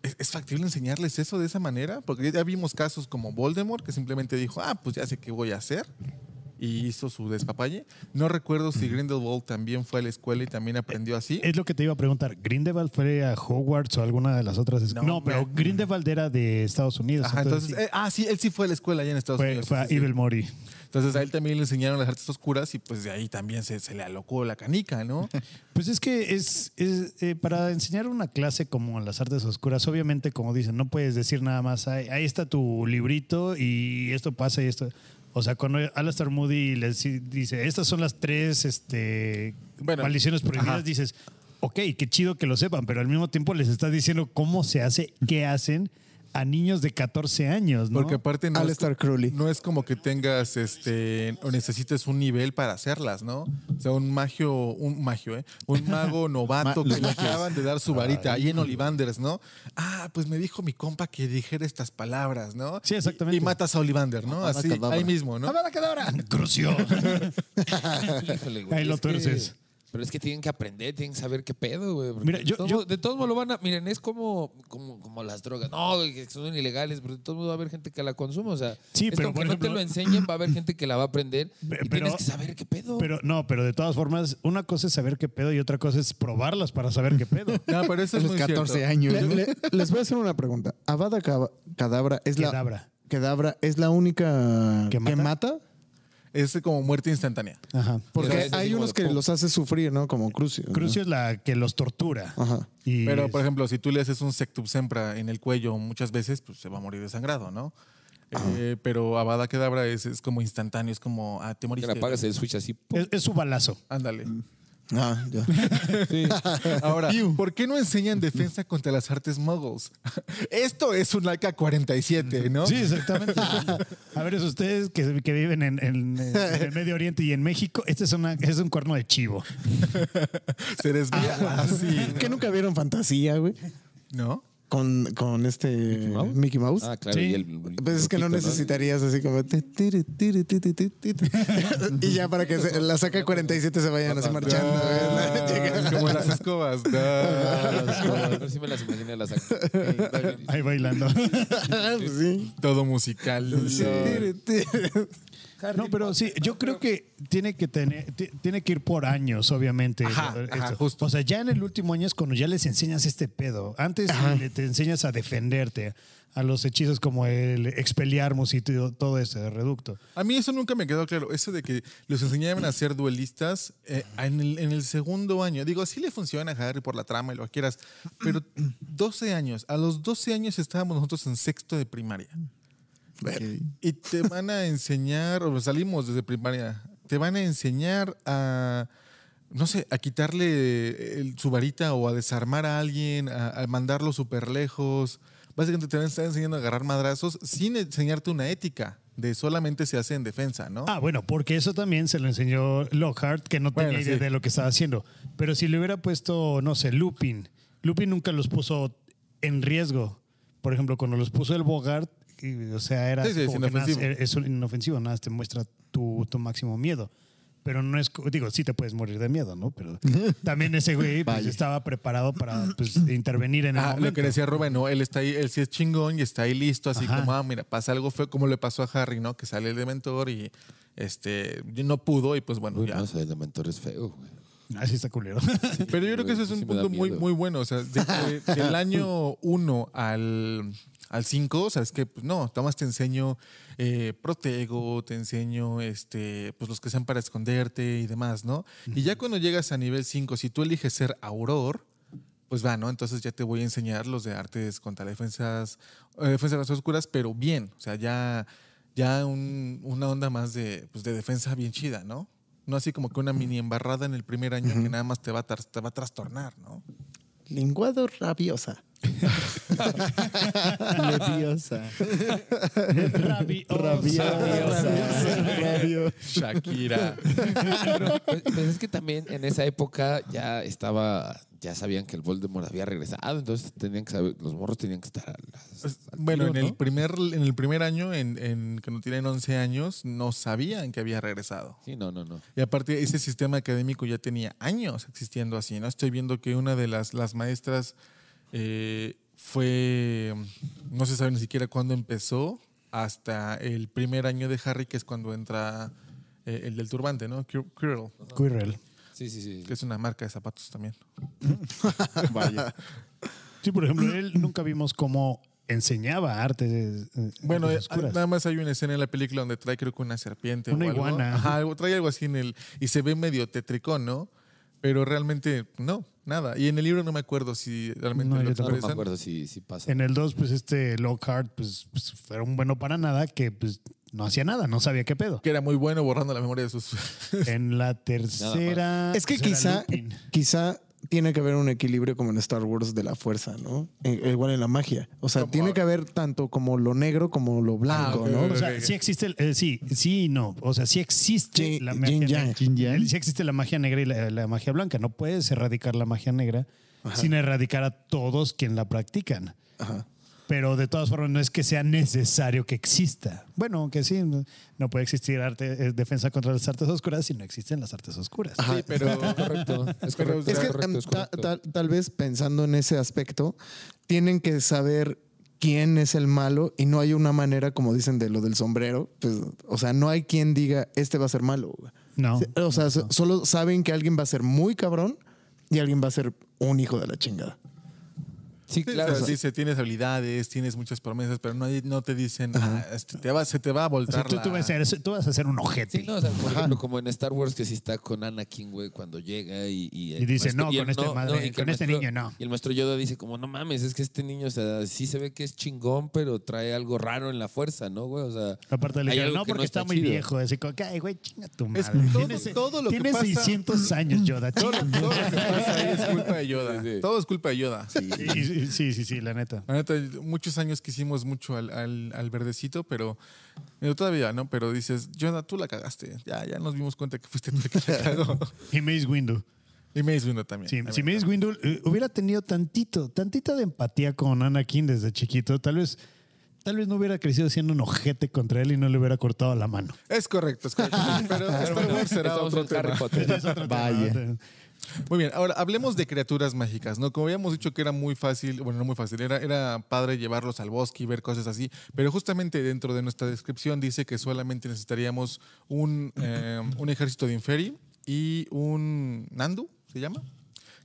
S1: es, es factible enseñarles eso de esa manera? Porque ya vimos casos como Voldemort que simplemente dijo, ah, pues ya sé qué voy a hacer. y hizo su despapalle. No recuerdo si Grindelwald también fue a la escuela y también aprendió así.
S4: Es lo que te iba a preguntar. ¿Grindelwald fue a Hogwarts o alguna de las otras escuelas? No,
S1: No,
S4: pero
S1: man.
S4: Grindelwald era de Estados Unidos.
S1: Ajá, entonces, eh, ah, sí, él sí fue a la escuela allá en Estados
S4: fue,
S1: Unidos.
S4: fue a
S1: sí, sí, sí.
S4: Evil Mori.
S1: Entonces a él también le enseñaron las artes oscuras y pues de ahí también se, se le alocó la canica, ¿no?
S4: Pues es que es, es, eh, para enseñar una clase como las artes oscuras, obviamente, como dicen, no puedes decir nada más, "Ay, ahí está tu librito y esto pasa y esto. O sea, cuando Alastair Moody les dice, estas son las tres este,
S1: Bueno,
S4: maldiciones prohibidas,
S1: ajá.
S4: dices, ok, qué chido que lo sepan, pero al mismo tiempo les estás diciendo cómo se hace, qué hacen a niños de 14 años, ¿no?
S1: Porque aparte no, es,
S2: Aleister Crowley.
S1: no es como que tengas este o necesites un nivel para hacerlas, ¿no? O sea, un magio, un magio, ¿eh? Un mago novato que le acaban de dar su varita ahí en Olivanders, ¿no? Ah, pues me dijo mi compa que dijera estas palabras, ¿no?
S4: Sí, exactamente.
S1: Y, y matas a Olivander, ¿no? Así,
S5: Abracadabra.
S1: ahí mismo, ¿no?
S4: Crucio.
S3: Híjole, güey,
S4: Ahí lo
S3: es que-
S4: tuerces.
S3: pero es que tienen que aprender, tienen que saber qué pedo, güey. porque
S4: Mira,
S3: de
S4: yo-
S3: todos
S4: yo-
S3: modos- de todos modos lo van a. Miren, es como, como, como las drogas. No, güey, que son ilegales, pero de todos modos va a haber gente que la consume. O sea,
S4: Sí,
S3: esto,
S4: pero,
S3: aunque
S4: por
S3: no te
S4: ejemplo-
S3: lo enseñen, va a haber gente que la va a aprender.
S4: Pe-
S3: y
S4: pero-
S3: tienes que saber qué pedo.
S4: Pero no, pero de todas formas, una cosa es saber qué pedo y otra cosa es probarlas para saber qué pedo.
S1: No, pero eso
S5: A
S1: es
S5: los
S1: muy
S5: 14
S1: cierto.
S5: años.
S2: Le-
S5: ¿no?
S2: le- Eh, les voy a hacer una pregunta. Avada Cava- Kedavra es la
S4: Kedavra.
S2: Kedavra es la única
S4: ¿Que
S2: que
S4: mata?
S2: mata.
S1: Es como muerte instantánea.
S4: Ajá.
S2: Porque
S5: Pero-
S2: hay unos que los hace sufrir, ¿no? Como Crucio. ¿no?
S4: Crucio es la que los tortura.
S2: Ajá.
S4: Y
S1: Pero, por ejemplo, si tú le haces un sectum sempra en el cuello muchas veces, pues se va a morir desangrado, ¿no? Eh, pero Avada Kedavra es, es como instantáneo, es como, ah, te
S3: que
S1: moriste.
S3: la apagas el switch así. pum.
S4: es, es su balazo.
S1: Ándale.
S2: Ah, ya.
S1: Ahora, ¿por qué no enseñan defensa contra las artes muggles? Esto es un AK-47, ¿no?
S4: Sí, exactamente. A ver, es ustedes que, que viven en, en- en el Medio Oriente y en México, este es, una, es un cuerno de chivo.
S1: Se desvía así,
S2: ¿Que nunca vieron fantasía, güey?
S1: ¿no?
S2: Con, con este Mickey Mouse.
S3: Ah, claro.
S4: Sí.
S3: y el-
S2: Pues es que no
S3: poquito,
S2: necesitarías así como. ti, tiri, tiri, ti, ti, ti, ti, ti. y ya para que se- la saca 47 se vayan así marchando.
S1: Ah,
S2: güey. Llega-
S1: como las escobas. Ah, No.
S3: Ahora sí me las imaginé las actas.
S4: Ahí bailando.
S2: Pues sí.
S1: Todo musical.
S2: Tiri, tiri.
S4: No, pero sí, yo creo que tiene que tener, ti- tiene que ir por años, obviamente.
S1: Ajá,
S4: Esto.
S1: ajá, justo.
S4: O sea, ya en el último año es cuando ya les enseñas este pedo. Antes le- te enseñas a defenderte a los hechizos como el expeliarmos y todo todo ese reducto.
S1: A mí eso nunca me quedó claro, eso de que los enseñaban a ser duelistas eh, en, el, en el segundo año. Digo, sí le funciona a Harry por la trama y lo que quieras, pero 12 años, a los 12 años estábamos nosotros en sexto de primaria.
S5: Ok.
S1: Y te van a enseñar, o salimos desde primaria, te van a enseñar a, no sé, a quitarle el- su varita o a desarmar a alguien, a, a mandarlo súper lejos. Básicamente te van a estar enseñando a agarrar madrazos sin enseñarte una ética de solamente se hace en defensa, ¿no?
S4: Ah, bueno, porque eso también se lo enseñó Lockhart, que no tenía
S1: Bueno,
S4: idea
S1: sí.
S4: de lo que estaba haciendo. Pero si le hubiera puesto, no sé, Lupin, Lupin nunca los puso en riesgo. Por ejemplo, cuando los puso el Bogart, y, o sea, era
S1: Sí, sí, es
S4: como que nada-
S1: inofensivo.
S4: es un inofensivo, nada, más te muestra tu, tu máximo miedo. Pero no es, co- digo, sí te puedes morir de miedo, ¿no? Pero también ese güey pues,
S5: Vaya.
S4: estaba preparado para pues, intervenir en el
S1: Ah,
S4: momento.
S1: lo que decía Rubén, ¿no? Él está ahí, él sí es chingón y está ahí listo, así
S4: Ajá.
S1: como, ah, mira, pasa algo feo, como le pasó a Harry, ¿no? Que sale el dementor y este no pudo y pues bueno,
S3: Uy,
S1: ya.
S3: no, ese de mentor es feo, güey.
S4: Así Ah, está culero.
S1: Pero yo creo que ese es
S3: Sí
S1: un
S3: me da
S1: punto muy,
S3: miedo.
S1: muy bueno, o sea, de- de- del año 1 al... Al 5, o sea, es que, pues, no, nada más te enseño eh, protego, te enseño este, pues los que sean para esconderte y demás, ¿no? Y ya cuando llegas a nivel 5, si tú eliges ser auror, pues va, ¿no? Entonces ya te voy a enseñar los de artes contra las defensas, eh, defensas de las oscuras, pero bien. O sea, ya, ya un- una onda más de, pues, de defensa bien chida, ¿no? No así como que una mini embarrada en el primer año que nada más te va a, tras- te va a trastornar, ¿no?
S2: Linguado rabiosa.
S5: Leviosa.
S2: Rabiosa.
S1: Shakira.
S3: Pues, pues es que también en esa época ya estaba, ya sabían que el Voldemort había regresado, entonces tenían que saber, los morros tenían que estar a las- al
S1: bueno,
S3: tiro,
S1: en, el
S3: ¿no?
S1: primer, en el primer año, en, en que no tienen 11 años, no sabían que había regresado.
S3: Sí, no, no, no.
S1: Y aparte, ese sistema académico ya tenía años existiendo así, ¿no? Estoy viendo que una de las, las maestras eh, fue, mm, no se sabe ni siquiera cuándo empezó, hasta el primer año de Harry, que es cuando entra eh, el del turbante, ¿no? Quir- Quirrell,
S4: Quirrell.
S3: Sí, sí, sí.
S1: que es una marca de zapatos también.
S5: Vaya.
S4: Sí, por ejemplo, él nunca vimos cómo enseñaba arte. eh,
S1: Bueno, eh,
S4: en las oscuras.
S1: nada más hay una escena en la película donde trae creo que una serpiente
S4: Una
S1: o algo.
S4: iguana.
S1: Ajá, algo- trae algo así en el y se ve medio tétricón, ¿no? Pero realmente no, nada. Y en el libro no me acuerdo si realmente
S4: No,
S1: lo
S4: yo
S3: No, no me
S1: expresan.
S3: acuerdo si, si pasa.
S4: En el 2, pues este Lockhart, pues, pues, era un bueno para nada que pues no hacía nada, no sabía qué pedo.
S1: que era muy bueno borrando la memoria de sus
S4: En la tercera.
S2: Es que
S4: pues, era
S2: quizá,
S4: Lupin.
S2: quizá tiene que haber un equilibrio como en Star Wars de la fuerza, ¿no? E- igual en la magia. O sea,
S1: Como-
S2: tiene que haber tanto como lo negro como lo blanco,
S1: ok,
S2: ¿no?
S1: ok.
S4: O sea, sí existe, el- eh, sí, sí y no. O sea, sí existe
S2: Yin-
S4: la
S2: yin
S4: magia
S2: yang.
S4: negra.
S5: Yin yang.
S4: Sí existe la magia negra y la, la magia blanca. No puedes erradicar la magia negra sin erradicar a todos quien la practican.
S2: Ajá.
S4: Pero de todas formas, no es que sea necesario que exista. Bueno, aunque sí, no no puede existir arte, eh, defensa contra las artes oscuras si no existen las artes oscuras.
S3: Sí, pero Ah, es correcto. Es
S1: Pero-
S3: correcto.
S4: Pues
S2: Es que
S3: correcto,
S2: em,
S3: es
S2: ta-
S3: correcto.
S2: tal- tal vez pensando en ese aspecto, tienen que saber quién es el malo y no hay una manera, como dicen de lo del sombrero, pues, o sea, no hay quien diga, este va a ser malo. güey.
S4: No.
S2: Sí, O sea, so- solo saben que alguien va a ser muy cabrón y alguien va a ser un hijo de la chingada.
S1: Sí,
S3: Sí, claro.
S1: o sea,
S3: sí.
S1: dice, tienes habilidades, tienes muchas promesas, pero no, hay- no te dicen, "Ah, este, te va, se te va a
S4: O sea,
S1: voltar
S4: tú, tú
S1: la-
S4: vas a ser, tú vas a ser un ojete.
S3: Sí, no, o sea, por ejemplo, como en Star Wars que sí está con Anakin, güey, cuando llega y... Y, el
S4: Y dice, no,
S3: y el
S4: con este madre,
S3: y que
S4: con
S3: el
S4: este niño no.
S3: Y el maestro Yoda dice como, no mames, es que este niño, o sea, sí se ve que es chingón, pero trae algo raro en la fuerza, ¿no, güey? O sea...
S4: Aparte le
S3: hay
S4: dijeron,
S3: algo
S4: no,
S3: que
S4: porque está, muy
S3: chido".
S4: viejo. Así como, que, ay, güey, chinga tu madre.
S1: Es todo-
S4: Tienes-
S1: todo lo que
S4: tienes
S1: pasa-
S4: 600 años, Yoda.
S1: Todo,
S4: chinga tu
S1: todo lo que pasa ahí es culpa de Yoda.
S3: Sí, sí.
S1: Todo es culpa de Yoda.
S4: Sí, sí, sí, sí, sí, la neta.
S1: La neta, muchos años que hicimos mucho al, al- al verdecito, pero digo, todavía no, pero dices, Yoda, tú la cagaste. Ya, ya nos dimos cuenta que fuiste tú el que la cagó.
S4: Y Mace Windu.
S1: y Mace Windu también.
S4: Sí,
S1: También,
S4: si Mace
S1: ¿no?
S4: Windu eh, hubiera tenido tantito, tantita de empatía con Anakin desde chiquito, tal vez, tal vez no hubiera crecido siendo un ojete contra él y no le hubiera cortado la mano.
S1: Es correcto, es correcto. pero Star Wars será
S3: Estamos
S1: otro
S3: en Harry
S1: tema.
S3: Potter.
S5: Vaya.
S1: Muy bien, ahora hablemos de criaturas mágicas, ¿no? Como habíamos dicho que era muy fácil, bueno, no muy fácil, era, era padre llevarlos al bosque y ver cosas así, pero justamente dentro de nuestra descripción dice que solamente necesitaríamos un, eh, un ejército de Inferi y un Nandu, ¿se llama?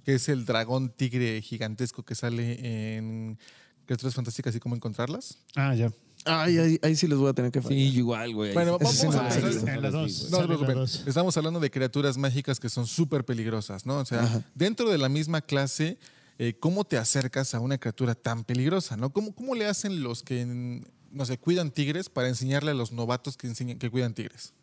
S1: Que es el dragón tigre gigantesco que sale en Criaturas Fantásticas y cómo encontrarlas.
S4: Ah, ya.
S2: Ay, ahí, ahí sí les voy a tener que fallar.
S3: Sí, igual, güey.
S1: Bueno,
S2: vamos a
S3: Ay,
S2: empezar.
S3: esas no
S4: En la
S3: las vi,
S4: dos.
S1: No se
S2: Pues
S3: güey.
S4: Sale la
S1: preocupen.
S4: dos.
S1: Estamos hablando de criaturas mágicas que son súper peligrosas, ¿no? O sea, dentro de la misma clase, eh, ¿cómo te acercas a una criatura tan peligrosa, ¿no? ¿Cómo, cómo le hacen los que, mm, no sé, cuidan tigres para enseñarle a los novatos que, enseñan, que cuidan tigres?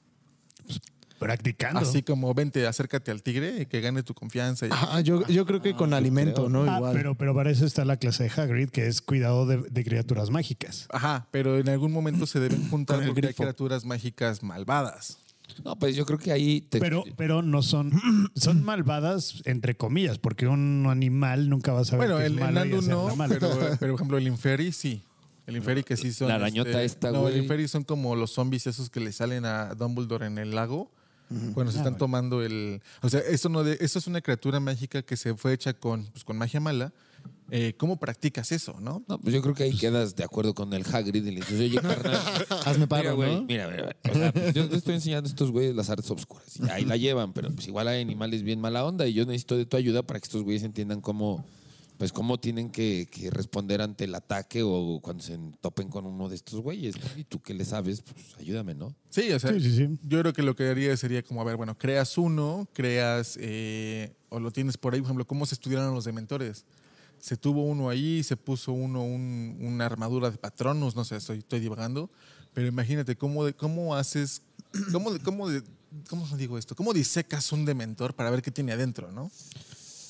S4: Practicando.
S1: Así como, vente, acércate al tigre y que gane tu confianza. y-
S2: Ah, yo, yo creo que con alimento, ¿no?
S4: Ah,
S2: Igual.
S4: pero, pero para eso está la clase de Hagrid, que es cuidado de, de criaturas mágicas.
S1: Ajá, pero en algún momento se deben juntar
S2: Con el
S1: porque hay
S2: grifo.
S1: criaturas mágicas malvadas.
S3: No, pues yo creo que ahí... Te,
S4: Pero, pero no son, son malvadas, entre comillas, porque un animal nunca va a saber
S1: Bueno,
S4: que es
S1: el, el
S4: malo y
S1: Nandu
S4: hacerla
S1: no,
S4: mal.
S1: pero, pero, por ejemplo el Inferi sí. El Inferi que sí son... este,
S3: La arañota esta,
S1: No, el
S3: güey.
S1: Inferi son como los zombies esos que le salen a Dumbledore en el lago. Cuando
S4: Ah,
S1: se están tomando el... O sea, eso, no de, eso es una criatura mágica que se fue hecha con, pues, con magia mala. Eh, ¿Cómo practicas eso, no?
S3: No, pues yo creo que ahí quedas de acuerdo con el Hagrid y le dices, oye, carnal,
S5: Hazme paro,
S3: mira, güey,
S5: ¿no?
S3: mira, mira, mira, o sea, pues, yo te estoy enseñando a estos güeyes las artes obscuras. Y ahí la llevan, pero pues igual hay animales bien mala onda y yo necesito de tu ayuda para que estos güeyes entiendan cómo, pues cómo tienen que, que responder ante el ataque o cuando se topen con uno de estos güeyes. ¿no? Y tú que le sabes, pues ayúdame, ¿no?
S1: Sí, o sea,
S4: Sí, sí, sí.
S1: yo creo que lo que haría sería como, a ver, bueno, creas uno, creas, eh, o lo tienes por ahí, por ejemplo, cómo se estudiaron los dementores. Se tuvo uno ahí, se puso uno un- una armadura de patronos, no sé, estoy, estoy divagando, pero imagínate cómo, de- cómo haces, cómo, de- cómo, de- cómo digo esto, cómo disecas un dementor para ver qué tiene adentro, ¿no?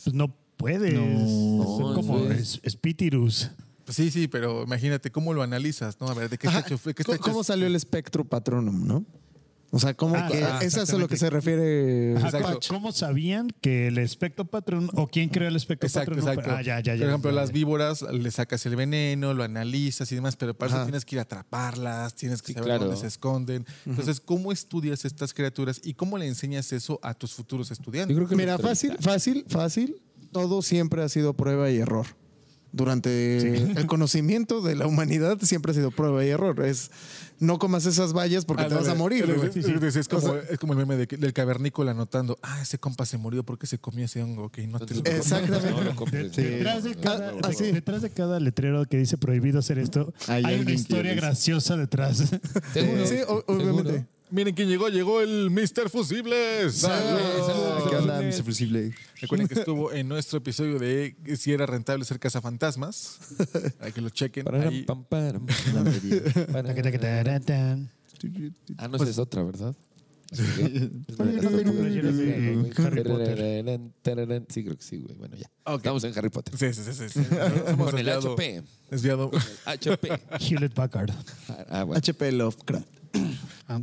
S4: Pues no puedes. Son
S3: No,
S4: como
S3: güey.
S4: es- espíritus.
S1: Pues sí, sí, pero imagínate cómo lo analizas, ¿no? A ver, ¿de qué está
S2: Ajá.
S1: hecho? ¿De qué está
S2: ¿Cómo,
S1: hecho este
S2: cómo
S1: esto?
S2: salió el espectro patronum, no? O sea, ¿cómo?
S4: Ah,
S2: que-
S4: ah,
S2: eso es a lo que
S4: exactamente.
S2: se refiere.
S4: Ajá,
S1: Exacto.
S4: ¿cómo- ¿Cómo sabían que el espectro patrón o quién creó el espectro
S1: Exacto,
S4: patrón?
S1: exacto.
S4: Ah, ya, ya, ya.
S1: Por ejemplo,
S4: ya,
S1: las
S4: ya.
S1: víboras le sacas el veneno, lo analizas y demás, pero para eso
S2: Ajá.
S1: tienes que ir a atraparlas, tienes que
S3: Sí,
S1: saber
S3: claro.
S1: dónde se esconden. Entonces, ¿cómo estudias estas criaturas y cómo le enseñas eso a tus futuros estudiantes?
S3: creo
S2: Mira, fácil, fácil, fácil. Todo siempre ha sido prueba y error. durante el conocimiento de la humanidad siempre ha sido prueba y error. Es no comas esas vallas porque
S1: Ah,
S2: te
S1: no,
S2: vas a
S1: le-
S2: morir.
S1: le-
S2: güey.
S1: le- le- Es, como,
S2: O sea-
S1: es como el meme de que- del cavernícola anotando, ah, ese compa se murió porque se comió ese hongo que no te lo
S2: Entonces, Exactamente.
S3: No lo compres.
S5: Sí.
S4: Detrás de, cada,
S2: Ah, ah, sí.
S4: detrás de cada letrero que dice prohibido hacer esto,
S5: Hay
S4: hay, una
S5: alguien que
S4: historia
S5: dice.
S4: graciosa detrás.
S3: Seguro,
S2: Sí, o-
S3: seguro.
S2: obviamente.
S1: Miren quién llegó, llegó el Mr. Fusibles.
S3: Saludos.
S1: Saludos.
S5: ¿Qué onda, Mr. Fusible?
S1: Recuerden que estuvo en nuestro episodio de si era rentable ser cazafantasmas. Para que lo chequen.
S3: Pararam,
S1: ahí.
S3: pam, param,
S5: La medida.
S3: pararam. Ah, no,
S1: Pues
S3: esa es otra, ¿verdad?
S4: Harry Potter.
S3: Sí, creo que sí, güey. Bueno, ya.
S1: Ok.
S3: Estamos en Harry Potter.
S1: Sí, sí, sí, sí, sí. Hemos
S3: Con el
S1: desviado-
S3: HP.
S1: Desviado.
S3: HP.
S4: Hewlett Packard.
S3: Ah, bueno.
S2: HP Lovecraft.
S4: Ah,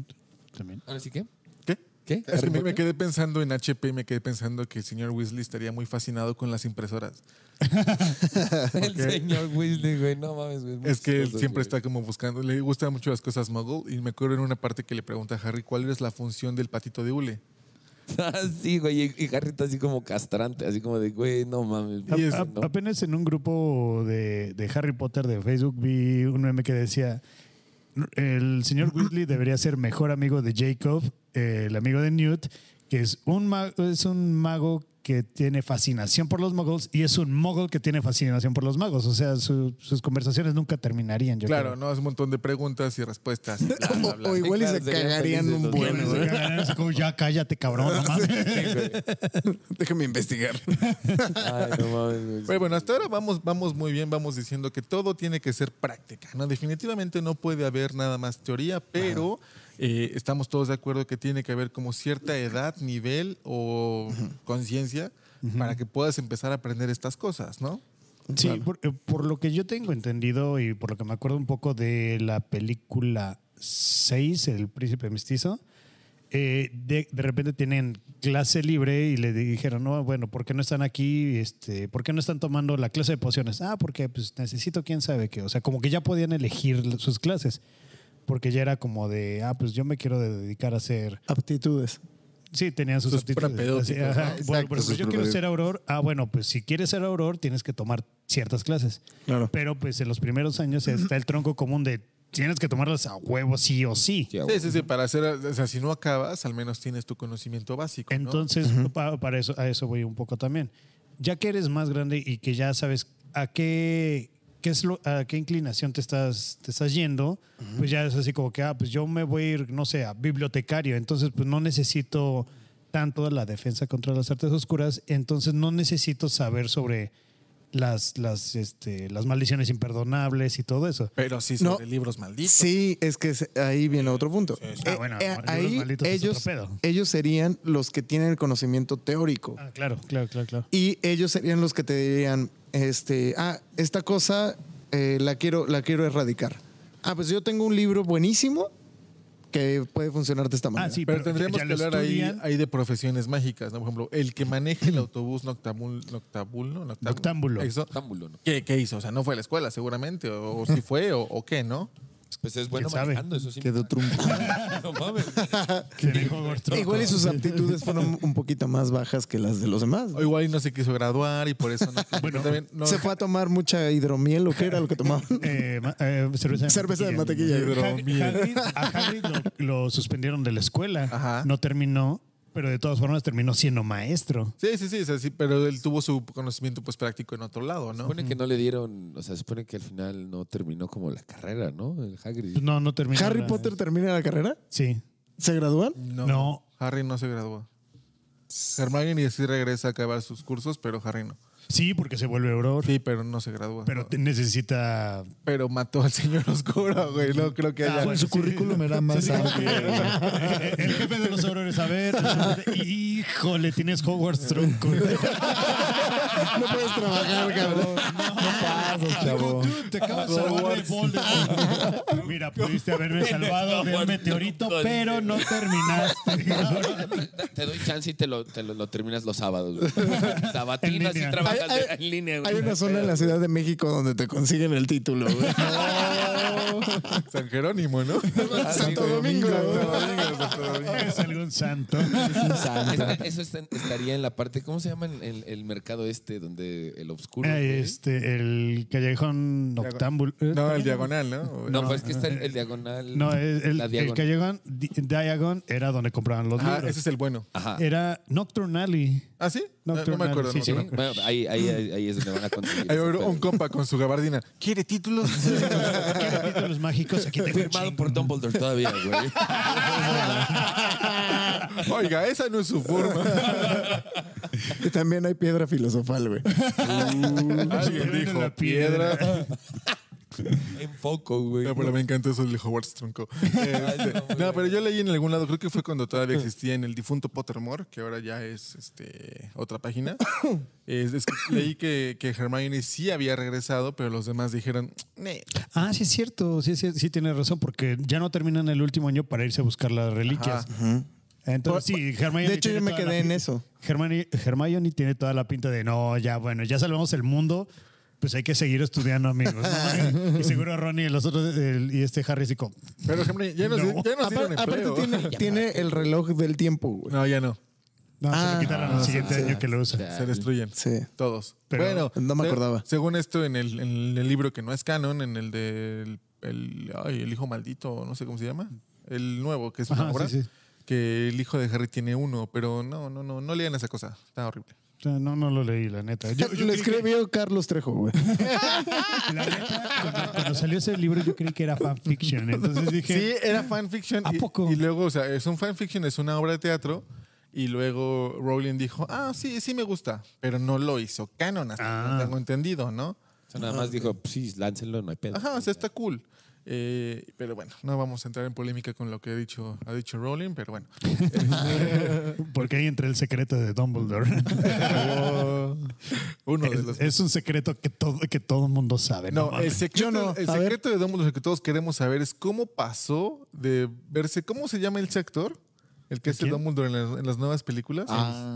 S4: También.
S3: Ahora sí, ¿qué?
S1: ¿Qué?
S3: ¿Qué?
S1: Es que
S3: ¿Harry
S1: me, me
S3: Potter?
S1: quedé pensando en HP y me quedé pensando que el señor Weasley estaría muy fascinado con las impresoras.
S3: El señor Weasley, güey. No mames, güey.
S1: Es que él
S3: Muchas
S1: siempre
S3: cosas,
S1: está como buscando, le gustan mucho las cosas muggle y me acuerdo en una parte que le pregunta a Harry cuál es la función del patito de hule.
S3: güey. Ah, sí, güey. Y y Harry está así como castrante, así como de, güey, no mames.
S1: Y es-
S4: A-
S3: no.
S4: Apenas en un grupo de, de Harry Potter de Facebook vi un meme que decía el señor Weasley debería ser mejor amigo de Jacob, eh, el amigo de Newt, que es un, ma- es un mago que tiene fascinación por los muggles y es un muggle que tiene fascinación por los magos. O sea, su- sus conversaciones nunca terminarían. Yo
S1: claro,
S4: creo.
S1: no, es un montón de preguntas y respuestas. y bla, bla, bla.
S2: O, o igual y
S3: Sí,
S2: se
S3: claro, serían
S2: cagarían
S3: felices
S2: un
S3: los
S2: buen.
S3: dos.
S2: güey.
S1: ¿eh?
S4: Es como, ya cállate, cabrón. no mames".
S2: Déjame investigar.
S3: Ay, no mames, güey.
S1: Pero bueno, hasta ahora vamos, vamos muy bien, vamos diciendo que todo tiene que ser práctica, ¿no? Definitivamente no puede haber nada más teoría, pero eh, estamos todos de acuerdo que tiene que haber como cierta edad, nivel o conciencia para que puedas empezar a aprender estas cosas, ¿no?
S4: Sí, por, eh, por lo que yo tengo entendido y por lo que me acuerdo un poco de la película 6, El Príncipe Mestizo, eh, de, de repente tienen clase libre y le dijeron, no, bueno, ¿por qué no están aquí? Este, ¿Por qué no están tomando la clase de pociones? Ah, porque pues, necesito quién sabe qué. O sea, como que ya podían elegir sus clases. Porque ya era como de, ah, pues yo me quiero dedicar a ser
S2: Aptitudes.
S4: Sí, tenían sus,
S1: Sus
S4: aptitudes.
S1: propedéuticos,
S4: Así, ajá.
S5: ¿no?
S4: Bueno,
S5: Exacto,
S4: por ejemplo,
S5: sus
S4: yo quiero
S5: propedéuticos.
S4: ser auror. Ah, bueno, pues si quieres ser auror, tienes que tomar ciertas clases.
S2: Claro.
S4: Pero pues en los primeros años está el tronco común de tienes que tomarlas a huevo sí o sí.
S3: Sí, a
S1: Sí,
S3: huevo.
S1: sí, sí, para hacer, o sea, si no acabas, al menos tienes tu conocimiento básico. ¿no?
S4: Entonces, pa- para eso, a eso voy un poco también. Ya que eres más grande y que ya sabes a qué, qué es lo, a qué inclinación te estás, te estás yendo, pues ya es así como que, ah, pues yo me voy a ir, no sé, a bibliotecario, entonces pues no necesito tanto la defensa contra las artes oscuras, entonces no necesito saber sobre las, las, este, las maldiciones imperdonables y todo eso.
S1: Pero sí
S2: No.
S1: sobre libros malditos.
S2: Sí, es que se- ahí viene otro punto. Eh,
S4: Ah, bueno, los
S2: ahí
S4: malditos es
S2: ellos,
S4: otro pedo.
S2: ellos serían los que tienen el conocimiento teórico.
S4: Ah, claro, claro, claro, claro.
S2: Y ellos serían los que te dirían, este, ah, esta cosa eh, la, quiero, la quiero erradicar. Ah, pues yo tengo un libro buenísimo que puede funcionar de esta manera.
S4: Ah, sí,
S1: Pero
S4: pero
S1: tendríamos
S4: ya
S1: que
S4: lo
S1: hablar ahí,
S4: estudian.
S1: ahí de profesiones mágicas, ¿no? Por ejemplo, el que maneje el autobús noctabul, noctabul, ¿no? Noctab-
S4: Noctámbulo.
S1: Eso.
S3: Octámbulo, ¿no?
S1: ¿Qué, qué hizo? O sea, no fue a la escuela, seguramente. O, o sí fue, o, o qué, ¿no?
S3: Pues es bueno
S4: ¿Quién sabe?
S3: manejando, eso sí.
S5: Quedó trunco.
S3: No mames.
S4: Se dejó gordo.
S2: E Igual y sus aptitudes fueron un poquito más bajas que las de los demás.
S1: O igual y no se quiso graduar y por eso no. bueno, también no.
S2: Se fue a tomar mucha hidromiel o qué era lo que tomaban.
S4: Eh, ma- eh, cerveza de
S2: Cerveza de
S1: mantequilla.
S4: Ha- Hagrid- a Hagrid lo, lo suspendieron de la escuela.
S1: Ajá.
S4: No terminó, pero de todas formas terminó siendo maestro.
S1: Sí, sí, sí, o sea, sí, pero él tuvo su conocimiento pues práctico en otro lado, ¿no?
S3: Supone que no le dieron, o sea, supone que al final no terminó como la carrera, ¿no? El Hagrid.
S4: Pues No, no terminó.
S2: ¿Harry
S4: la-
S2: Potter termina la carrera?
S4: Sí.
S2: ¿Se gradúan?
S1: No,
S4: No.
S1: Harry no se graduó. Hermione sí regresa a acabar sus cursos, pero Harry no.
S4: Sí, porque se vuelve auror.
S1: Sí, pero no se gradúa.
S4: Pero te- necesita.
S1: Pero mató al señor oscuro, güey. No creo que haya.
S4: Ah, bueno,
S5: Su
S4: sí.
S5: currículum era más
S4: Sí,
S5: amplio.
S4: porque El jefe de los aurores, a ver. Híjole, tienes Hogwarts tronco.
S2: No puedes trabajar, cabrón.
S5: Pasos, chavo.
S4: Dude, te acabas de salvar de Voldemort. Mira, pudiste haberme salvado de un meteorito, pero no terminaste.
S3: Te doy chance y te lo, te lo, lo terminas los sábados. güey.
S4: En
S3: Sabatina,
S4: línea.
S3: sí trabajas
S2: Hay-
S3: de- en línea. güey.
S2: Hay una zona en la Ciudad de México donde te consiguen el título. güey.
S1: San Jerónimo, ¿no? Ah,
S2: Santo Domingo.
S1: Santo Domingo, Santo
S4: Es algún santo.
S3: Esa- Eso está- estaría en la parte, ¿cómo se llama el, el- el mercado este donde el obscuro?
S4: Eh, Este, el callejón noctámbulo. eh,
S1: No, el diagonal, ¿no?
S3: No, pues, pero es que está el, el diagonal.
S4: No, el, el-
S3: la
S4: el
S3: diagonal.
S4: callejón Di- Diagon era donde compraban los
S1: Ah,
S4: libros.
S1: ese es el bueno.
S3: Ajá.
S4: Era Nocturne Alley.
S1: ¿Ah, sí?
S4: No,
S1: No, no me acuerdo.
S4: sí,
S1: no
S3: Sí,
S1: me acuerdo.
S3: bueno, ahí, ahí, ahí, ahí es donde van a conseguir.
S1: Hay
S3: ese
S1: un
S3: pedo.
S1: compa con su gabardina. ¿Quiere títulos?
S4: Quiero títulos mágicos, aquí tengo un
S3: Firmado
S4: chingo.
S3: por Dumbledore todavía, güey.
S1: Oiga, esa no es su forma.
S2: Y también hay piedra filosofal, güey.
S3: Uh,
S1: Alguien dijo
S4: la
S1: piedra.
S4: piedra.
S3: En foco, güey.
S1: No, pero me encantó eso del Hogwarts tronco. Este,
S3: no, muy
S1: no, pero yo leí en algún lado, creo que fue cuando todavía existía en el difunto Pottermore, que ahora ya es este, otra página. Es- es que leí que, que Hermione sí había regresado, pero los demás dijeron, "Nee".
S4: Ah, sí es cierto, sí, sí, sí tiene razón, porque ya no terminan el último año para irse a buscar las reliquias. Entonces, sí, Hermione
S2: De hecho,
S4: tiene
S2: yo me
S4: toda
S2: quedé
S4: la
S2: en
S4: pinta-
S2: eso.
S4: Hermione, Hermione tiene toda la pinta de, no, ya, bueno, ya salvamos el mundo, pues hay que seguir estudiando, amigos. ¿no? y seguro Ronnie y los otros, el- y este Harry, así como,
S1: Pero Hermione, ya nos,
S4: No.
S1: ya nos dieron
S2: Apar- aparte
S1: empleo.
S2: tiene, tiene el reloj del tiempo, güey.
S1: No, ya no.
S4: no, se
S2: Ah,
S4: lo quitaron al siguiente año que lo usa.
S1: Se destruyen.
S2: Sí.
S1: Todos.
S4: Pero-
S1: bueno,
S2: No me
S1: se-
S2: acordaba.
S1: Según esto, en el, en el libro que no es canon, en el del el, ay, el hijo maldito, no sé cómo se llama, el nuevo, que es una
S4: Ajá,
S1: obra,
S4: sí, sí.
S1: que el hijo de Harry tiene uno, pero no, no, no, no lean esa cosa. Está horrible.
S4: O sea, No, no lo leí, la neta. Yo- yo
S2: Lo
S4: creí que-
S2: escribió Carlos Trejo, güey.
S4: La neta, cuando, cuando salió ese libro yo creí que era fanfiction, entonces dije...
S1: Sí, era fanfiction.
S4: ¿A
S1: y,
S4: poco?
S1: y luego, o sea, es un fanfiction, es una obra de teatro. Y luego Rowling dijo, ah, sí, sí me gusta, pero no lo hizo canon hasta
S4: Ah.
S1: donde tengo entendido, ¿no?
S3: O sea, nada más dijo, pues, sí, láncenlo, no hay pedo.
S1: Ajá, o sea, está cool. Eh, pero bueno, no vamos a entrar en polémica con lo que ha dicho, ha dicho Rowling, pero bueno.
S4: Porque ahí entra el secreto de Dumbledore.
S1: Uno de los.
S4: es, es un secreto que todo que todo mundo sabe. No,
S1: no, el
S4: mames.
S1: secreto,
S2: Yo no,
S1: el
S2: a ver.
S1: secreto de Dumbledore que todos queremos saber es cómo pasó de verse. ¿Cómo se llama el actor? El que hace
S4: quién?
S1: Dumbledore en las, en las nuevas películas.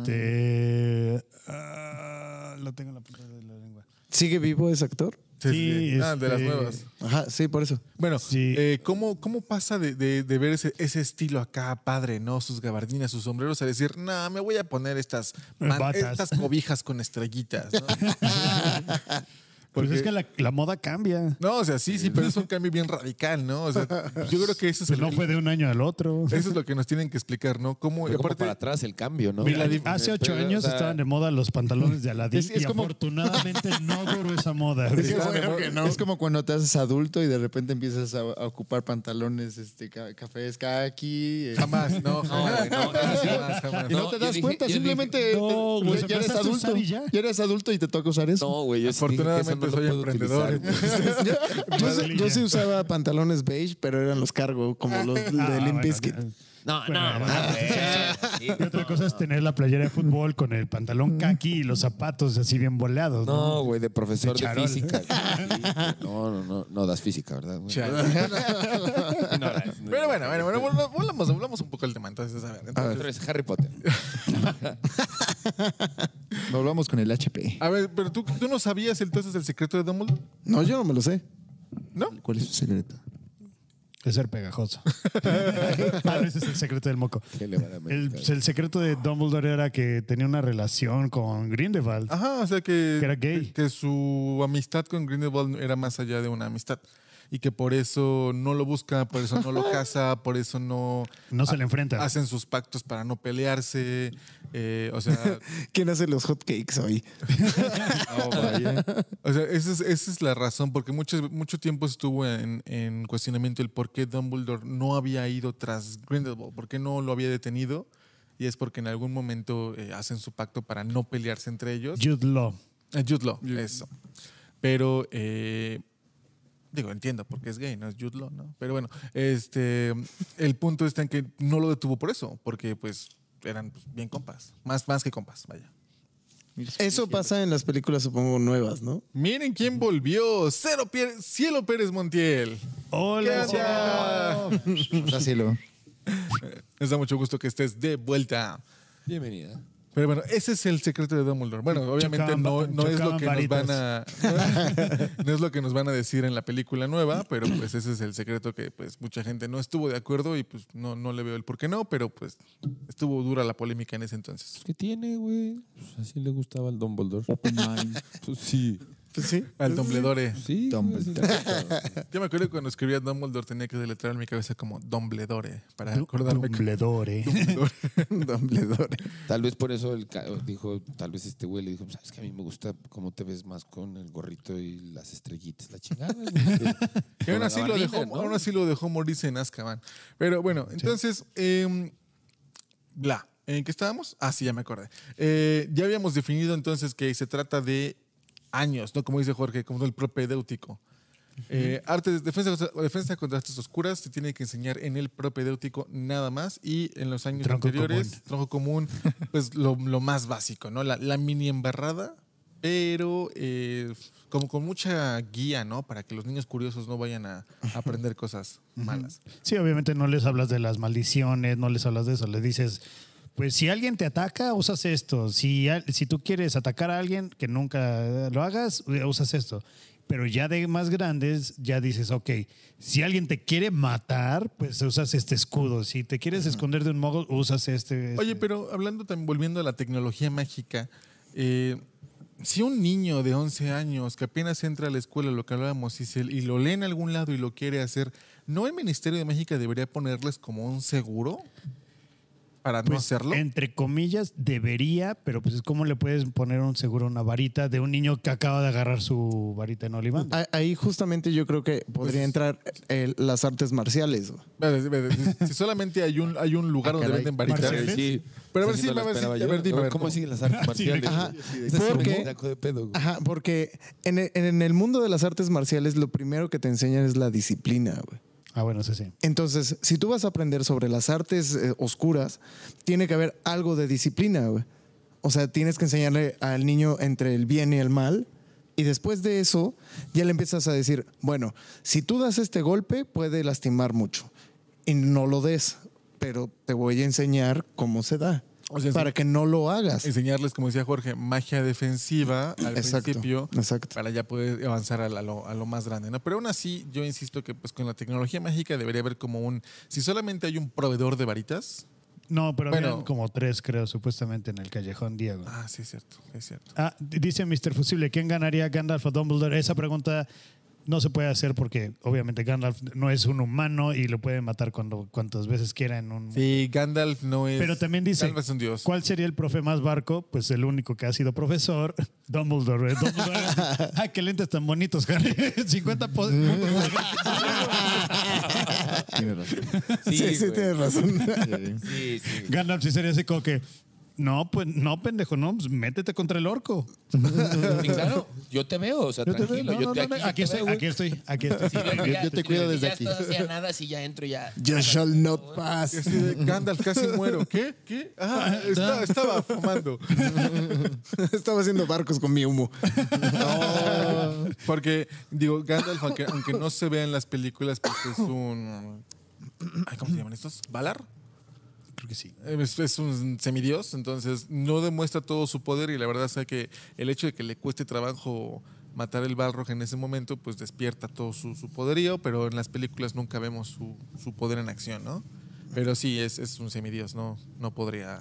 S4: Este, ah, lo tengo en la punta de la lengua.
S2: ¿Sigue vivo ese actor?
S1: Sí, sí,
S4: sí,
S1: ah, de las
S4: este-
S1: nuevas.
S2: Ajá, sí, por eso.
S1: Bueno,
S4: Sí.
S1: eh, ¿cómo, ¿cómo pasa de, de- de ver ese, ese estilo acá, padre, ¿no? Sus gabardinas, sus sombreros, a decir, no, me voy a poner estas, man-
S4: Batas.
S1: estas cobijas con estrellitas, ¿no?
S4: Pues es que la, la moda cambia.
S1: No, o sea, sí, sí, pero es un cambio bien radical, ¿no? O sea, yo creo que eso es, el-
S4: Pues no fue de un año al otro.
S1: eso es lo que nos tienen que explicar, ¿no? Cómo, y
S3: Fue como
S1: aparte,
S3: para atrás el cambio, ¿no?
S4: Mira,
S3: Pero,
S4: hace
S3: o
S4: ocho
S3: sea,
S4: años estaban de moda los pantalones de Aladín
S5: Es- es
S4: y
S5: como-
S4: afortunadamente no duró esa moda. Ah, güey.
S5: Es,
S1: Está
S5: como-
S1: de moda.
S5: es como cuando te haces adulto y de repente empiezas a, a ocupar pantalones, este, ca- cafés, kaki. eh,
S1: jamás, no, jamás,
S3: no, no,
S1: jamás,
S3: sí.
S1: jamás, jamás.
S5: Y no,
S3: No,
S5: te
S3: yo
S5: das
S3: dije-
S5: cuenta,
S3: yo
S5: simplemente
S3: dije,
S5: te-
S4: no, güey,
S5: ya, ya eres
S4: empezaste a usar
S5: adulto.
S4: y ya.
S5: Ya. eres adulto y te toca usar eso.
S3: No, güey. yo sí dije que eso
S1: Afortunadamente
S3: no lo
S1: soy
S3: puedo
S1: emprendedor.
S3: utilizar, güey.
S2: Yo, sí- yo sí usaba pantalones beige, pero eran los cargo, como los
S4: Ah,
S2: de Limp
S4: bueno,
S2: Bizkit.
S3: No,
S4: Bueno,
S3: no,
S4: bueno.
S3: güey.
S4: Y otra cosa es tener la playera de fútbol con el pantalón kaki y los zapatos así bien volados. No,
S3: No, güey, de profesor de,
S4: charol.
S3: física. güey. No, no, no, no das física, ¿verdad? güey? No, das-
S1: Pero bueno, bueno, bueno, vol- volvamos, volvamos un poco al tema, entonces, a ver. entonces,
S3: Otro es Harry Potter.
S5: Volvamos con el HP.
S1: a ver, pero tú, tú no sabías entonces el secreto de Dumbledore,
S2: No, yo no me lo sé.
S1: ¿no?
S5: ¿Cuál es su secreto?
S4: Es ser pegajoso. ah, no, ese es el secreto del moco.
S3: ¿Qué le van a meter?
S4: El, el secreto de Dumbledore era que tenía una relación con Grindelwald.
S1: Ajá, o sea que,
S4: Que era gay.
S1: que su amistad con Grindelwald era más allá de una amistad. Y que por eso no lo busca, por eso no lo casa, por eso no
S4: No se le enfrenta.
S1: hacen sus pactos para no pelearse. eh, o sea,
S2: ¿Quién hace los hotcakes hoy?
S1: O sea, esa es, esa es la razón, porque mucho, mucho tiempo estuvo en, en cuestionamiento el por qué Dumbledore no había ido tras Grindelwald, por qué no lo había detenido. Y es porque en algún momento eh, hacen su pacto para no pelearse entre ellos.
S4: Jude Law.
S1: Eh, Jude Law, eso. Pero, eh, digo, entiendo, porque es gay, no es Jude Law, ¿no? Pero bueno, este, el punto está en que no lo detuvo por eso, porque pues eran pues, bien compas, más, más que compas, vaya.
S2: Eso pasa en las películas, supongo, nuevas, ¿no?
S1: Miren quién volvió, Cero Pier- Cielo Pérez Montiel.
S4: Hola.
S1: ¿Qué onda?
S5: Así lo.
S1: Nos da mucho gusto que estés de vuelta.
S3: Bienvenida.
S1: Pero bueno, ese es el secreto de Dumbledore. Bueno, obviamente
S4: Chocaban
S1: no,
S4: va-
S1: no es lo
S4: chocaban
S1: que nos van a no es lo que nos van a decir en la película nueva, pero pues ese es el secreto que pues mucha gente no estuvo de acuerdo y pues no no le veo el por qué no, pero pues estuvo dura la polémica en ese entonces.
S3: ¿Qué tiene, güey? Pues así le gustaba al Dumbledore.
S5: Open mind.
S3: Pues sí.
S2: Pues sí.
S1: Al Dumbledore.
S3: Sí. güey, así le gustaba.
S1: Yo me acuerdo que cuando escribía Dumbledore tenía que deletrear en mi cabeza como Dumbledore para acordarme que
S4: Dumbledore.
S2: Dumbledore.
S3: Tal vez por eso el ca- dijo, tal vez este güey le dijo, sabes que a mí me gusta cómo te ves más con el gorrito y las estrellitas, la chingada. güey".
S1: Que aún
S3: Con la
S1: así, lo dejó,
S3: gabardina, ¿no?
S1: aún así lo dejó morirse en Azkaban. Pero bueno, entonces, em, bla, ¿en qué estábamos? Ah, sí, ya me acordé. Eh, ya habíamos definido entonces que se trata de años, ¿no? Como dice Jorge, como el propedéutico. Eh, arte de- defensa, contra- defensa contra artes oscuras se tiene que enseñar en el propedéutico nada más y en los años
S4: Tronco
S1: anteriores,
S4: común.
S1: tronco común, pues lo, lo más básico, ¿no? La, la mini embarrada, pero eh, como con mucha guía, ¿no? Para que los niños curiosos no vayan a aprender cosas malas.
S4: Sí, obviamente no les hablas de las maldiciones, no les hablas de eso, les dices, pues si alguien te ataca, usas esto, si, al- si tú quieres atacar a alguien, que nunca lo hagas, eh, usas esto. Pero ya de más grandes, ya dices, ok, si alguien te quiere matar, pues usas este escudo. Si te quieres esconder de un mogul, usas este.
S1: Oye,
S4: este.
S1: pero hablando también, volviendo a la tecnología mágica, eh, si un niño de 11 años que apenas entra a la escuela, lo que hablábamos, y, se- y lo lee en algún lado y lo quiere hacer, ¿no el Ministerio de Mágica debería ponerles como un seguro para no
S4: Pues,
S1: hacerlo?
S4: Entre comillas, debería, pero pues ¿cómo le puedes poner un seguro a una varita de un niño que acaba de agarrar su varita en Olivando?
S2: Ah, Ahí justamente yo creo que
S4: Pues
S2: podría entrar el- las artes marciales. güey.
S1: Espérate, espérate, si- si solamente hay un, hay un lugar
S5: Ah,
S1: donde
S5: caray.
S1: venden varitas.
S4: Marciales.
S3: Sí.
S1: Pero a ver,
S3: Sí,
S1: sí,
S3: me lo
S1: a ver, sí,
S3: esperaba
S1: a
S3: yo.
S1: ver, dime, a ver,
S3: ¿Cómo
S1: ¿cómo?
S3: siguen las artes marciales?
S2: Ajá,
S3: Esa sí me
S2: porque-
S3: sacó de pedo, güey.
S2: Ajá, porque en el, en el mundo de las artes marciales lo primero que te enseñan es la disciplina, güey.
S4: Ah, bueno, eso sí.
S2: Entonces, si tú vas a aprender sobre las artes eh, oscuras, tiene que haber algo de disciplina, güey. O sea, tienes que enseñarle al niño entre el bien y el mal. Y después de eso, ya le empiezas a decir, bueno, si tú das este golpe, puede lastimar mucho. Y no lo des, pero te voy a enseñar cómo se da.
S1: O sea, sí.
S2: para que no lo hagas.
S1: Enseñarles, como decía Jorge, magia defensiva al
S2: Exacto,
S1: principio
S2: exacto.
S1: para ya poder avanzar a, la- a lo, a lo más grande. ¿no? Pero aún así, yo insisto que pues con la tecnología mágica debería haber como un... Si solamente hay un proveedor de varitas...
S4: No, pero
S1: Bueno.
S4: habían como tres, creo, supuestamente en el Callejón Diego.
S1: Ah, sí, es cierto, es cierto.
S4: Ah, d- dice Mr. Fusible, ¿quién ganaría Gandalf o Dumbledore? Esa pregunta no se puede hacer porque obviamente Gandalf no es un humano y lo pueden matar cuando, cuantas veces quieran. Un...
S1: Sí, Gandalf no es...
S4: Pero también dice,
S1: Gandalf es un dios.
S4: ¿cuál sería el profe más barco? Pues el único que ha sido profesor, Dumbledore. ¿eh? Dumbledore. ah, qué lentes tan bonitos, Harry. 50 po- puntos.
S5: Tienes razón.
S3: Sí,
S2: sí, sí,
S3: güey.
S2: tienes razón.
S5: Sí.
S3: Sí, sí.
S4: Gandalf sí sería así como que, no, pues no, pendejo, no, pues, métete contra el orco.
S3: Sí, claro, yo te veo, o sea,
S4: Yo te-
S3: tranquilo.
S4: no,
S3: yo
S4: no,
S3: te-
S4: no, no,
S3: yo
S4: aquí
S3: te veo,
S4: estoy,
S3: güey.
S4: aquí estoy, aquí estoy.
S5: Yo te cuido desde aquí.
S7: hacía nada, si ya entro ya.
S2: You shall not
S1: Y
S2: pass.
S1: así de, Gandalf casi muero. ¿Qué? ¿Qué? Ah, está- estaba fumando.
S2: Estaba haciendo barcos con mi humo.
S1: Porque, digo, Gandalf, aunque, aunque no se vea en las películas, pues es un... ay, ¿Cómo se llaman estos? ¿Valar?
S4: Creo que sí.
S1: Es, es un semidios, entonces no demuestra todo su poder y la verdad es que el hecho de que le cueste trabajo matar el Balrog en ese momento, pues despierta todo su, su poderío, pero en las películas nunca vemos su, su poder en acción, ¿no? Pero sí, es, es un semidios, no, no podría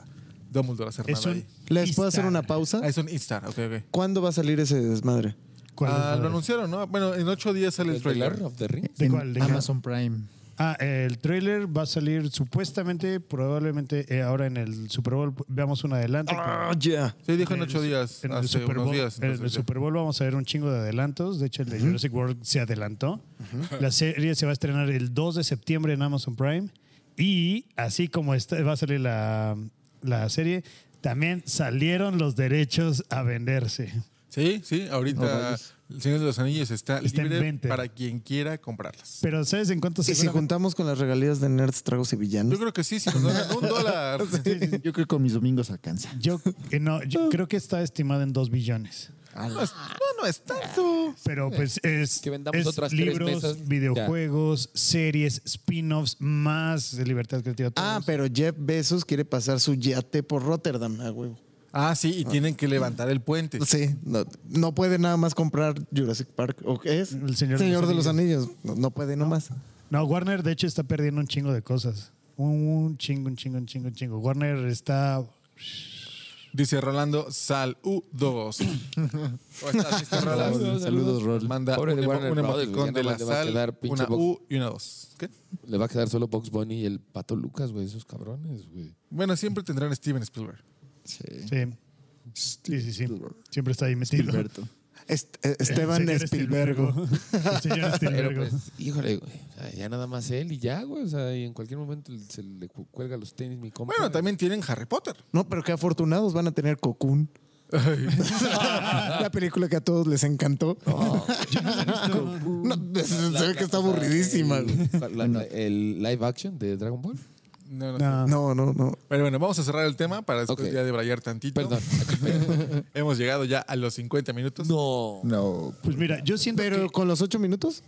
S1: Dumbledore hacer
S4: Es
S1: nada
S4: un-
S1: ahí.
S2: ¿Les puedo hacer
S4: Istar.
S2: una pausa?
S1: Ah, es un Instar, ok, ok.
S2: ¿Cuándo va a salir ese desmadre?
S4: ¿Cuál es
S1: Ah,
S4: la-
S1: lo anunciaron, ¿no? Bueno, en ocho días sale el
S3: ¿El
S1: trailer.
S3: Lord of the Rings?
S4: ¿De
S5: En
S4: cuál? ¿De cuál?
S5: Amazon Prime.
S4: Ah, el trailer va a salir supuestamente, probablemente eh, ahora en el Super Bowl. Veamos un adelanto.
S2: Ah, ya.
S1: Sí, dijo en ocho días,
S4: En el,
S1: hace
S4: Super
S1: unos
S4: Bowl,
S1: días.
S4: en el
S1: entonces ya.
S4: Super Bowl vamos a ver un chingo de adelantos. De hecho, el de Jurassic World se adelantó. La serie se va a estrenar el 2 de septiembre en Amazon Prime. Y así como está, va a salir la, la serie, también salieron los derechos a venderse.
S1: Sí, sí, ahorita El Señor de los Anillos está,
S4: Está en
S1: libre
S4: venta.
S1: para quien quiera comprarlas.
S4: Pero ¿sabes en cuánto se
S2: ¿Y si juntamos con las regalías de Nerds, Tragos y
S1: Yo
S2: Villanos?
S1: creo que sí, si nos dan un dólar.
S5: Yo creo que con mis domingos alcanza.
S4: Yo, eh, no,
S3: Ah.
S4: yo creo que está estimado en 2 billones.
S1: No, es- no, no es tanto.
S4: Pero pues es,
S3: Que vendamos
S4: es
S3: otras tres
S4: libros,
S3: mesas, ya.
S4: videojuegos, series, spin-offs, más de libertad creativa. todo
S2: Ah,
S4: eso.
S2: pero Jeff Bezos quiere pasar su yate por Rotterdam, a huevo.
S1: Ah, sí, y tienen que levantar el puente.
S2: Sí, no, no puede nada más comprar Jurassic Park. ¿O qué es?
S4: El Señor de los
S2: de los Anillos. No, no puede nomás.
S4: No, Warner de hecho está perdiendo un chingo de cosas. Un chingo, un chingo, un chingo, un chingo. Warner está...
S1: Dice Rolando, saludos. ¿Cómo estás, Mr. Rolas?
S3: Saludos, saludos.
S5: Rol.
S1: Manda
S3: Pobre
S1: un,
S3: de
S1: emo-
S3: Warner
S1: un
S3: Brothers,
S1: emoticón
S3: güey, ya
S1: de la
S3: nomás le va a
S1: sal,
S3: quedar pinche
S1: una
S3: box.
S1: U y una dos. ¿Qué?
S3: Le va a quedar solo Box Bunny y el Pato Lucas, güey, esos cabrones, güey.
S1: Bueno, siempre tendrán Steven Spielberg.
S5: Sí.
S4: Sí. Sí, sí, sí. Siempre está ahí metido.
S5: Gilberto.
S2: Est- eh, Esteban
S4: El señor
S2: Spielbergo.
S4: Spielbergo. El señor
S3: Pero
S4: Spielbergo.
S3: pues, híjole, güey, o sea, ya nada más él y ya, güey, o sea, y en cualquier momento se le cu- cuelga los tenis mi compa.
S1: Bueno, también tienen Harry Potter.
S2: No, pero qué afortunados van a tener Cocoon. la película que a todos les encantó. No, se se ve que está aburridísima. güey.
S3: La- la- la- el live action de Dragon Ball.
S1: No, no.
S4: No.
S2: No, no, no.
S1: Pero bueno, vamos a cerrar el tema para después
S3: Ok.
S1: ya debrayar tantito.
S3: Perdón.
S1: Hemos llegado ya a los 50 minutos.
S3: No.
S5: No.
S4: Pues mira, yo siento
S2: Pero
S4: que
S2: con los ocho minutos.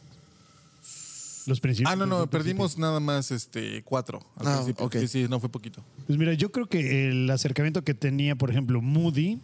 S4: los principios.
S1: Ah, no, no,
S4: los principios.
S1: perdimos nada más este cuatro al
S2: Ah,
S1: principio.
S2: ok.
S1: Sí, sí, no fue poquito.
S4: Pues mira, yo creo que el acercamiento que tenía, por ejemplo, Moody,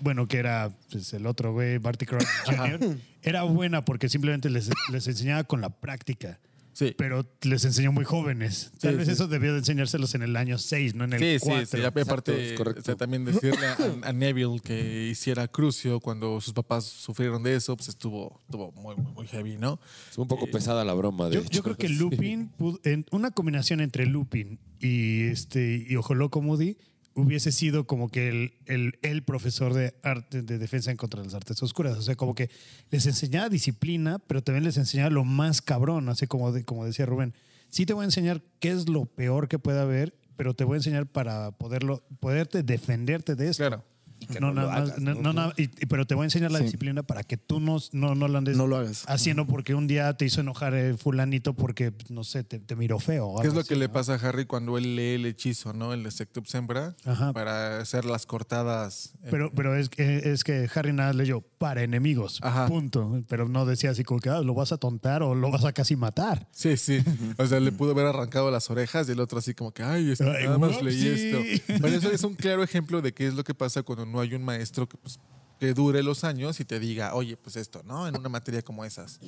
S4: bueno, que era pues, el otro güey, Barty Crouch Jr., era buena porque simplemente les, les enseñaba con la práctica,
S1: Sí.
S4: pero les enseñó muy jóvenes. Tal
S1: Sí,
S4: vez
S1: sí.
S4: eso debió de enseñárselos en el año 6, no en
S1: Sí,
S4: el
S1: sí,
S4: 4.
S1: sí, ya aparte,
S3: es correcto.
S1: o sea, también decirle a, a Neville que hiciera Crucio cuando sus papás sufrieron de eso, pues estuvo, estuvo muy, muy, muy heavy, ¿no?
S3: Es un poco pesada la broma, de
S4: Yo,
S3: hecho.
S4: yo creo que Lupin, pudo- en una combinación entre Lupin y este y Ojo Loco Moody hubiese sido como que el, el, el profesor de arte de defensa en contra de las artes oscuras. O sea, como que les enseñaba disciplina, pero también les enseñaba lo más cabrón, así como, de- como decía Rubén. Sí te voy a enseñar qué es lo peor que puede haber, pero te voy a enseñar para poderlo, poderte defenderte de esto.
S1: Claro.
S3: que
S4: no,
S3: no lo
S4: nada más-
S3: hagas,
S4: no-
S3: ¿no?
S4: no nada- y- y- pero te voy a enseñar la
S2: Sí.
S4: disciplina para que tú no, no, no lo andes
S2: No lo hagas.
S4: haciendo porque un día te hizo enojar el fulanito porque, pues, no sé, te, te miró feo. o
S1: ¿Qué es
S4: algo
S1: lo
S4: así,
S1: que le
S4: ¿no?
S1: pasa a Harry cuando él lee el hechizo, ¿no? El de Sectum Sembra
S4: Ajá.
S1: para hacer las cortadas. en-
S4: Pero, pero es, que, es que Harry nada leyó para enemigos,
S1: Ajá.
S4: punto. Pero no decía así como que "Ah, lo vas a tontar o lo vas a casi matar.
S1: Sí, sí. O sea, le pudo haber arrancado las orejas y el otro así como que, ay, este,
S4: Ay,
S1: nada más leí
S4: whoopsie.
S1: esto. Pero eso es un claro ejemplo de qué es lo que pasa cuando no hay un maestro que, pues, que dure los años y te diga, oye, pues esto, ¿no? En una materia como esas.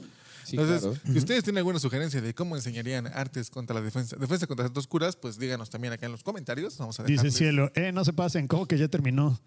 S3: Sí,
S1: Entonces,
S3: claro.
S1: si ustedes tienen alguna sugerencia de cómo enseñarían artes contra la defensa, defensa contra las oscuras, pues díganos también acá en los comentarios. Vamos a
S4: Dice
S1: dejarles-
S4: Cielo, eh, no se pasen, como que ya terminó.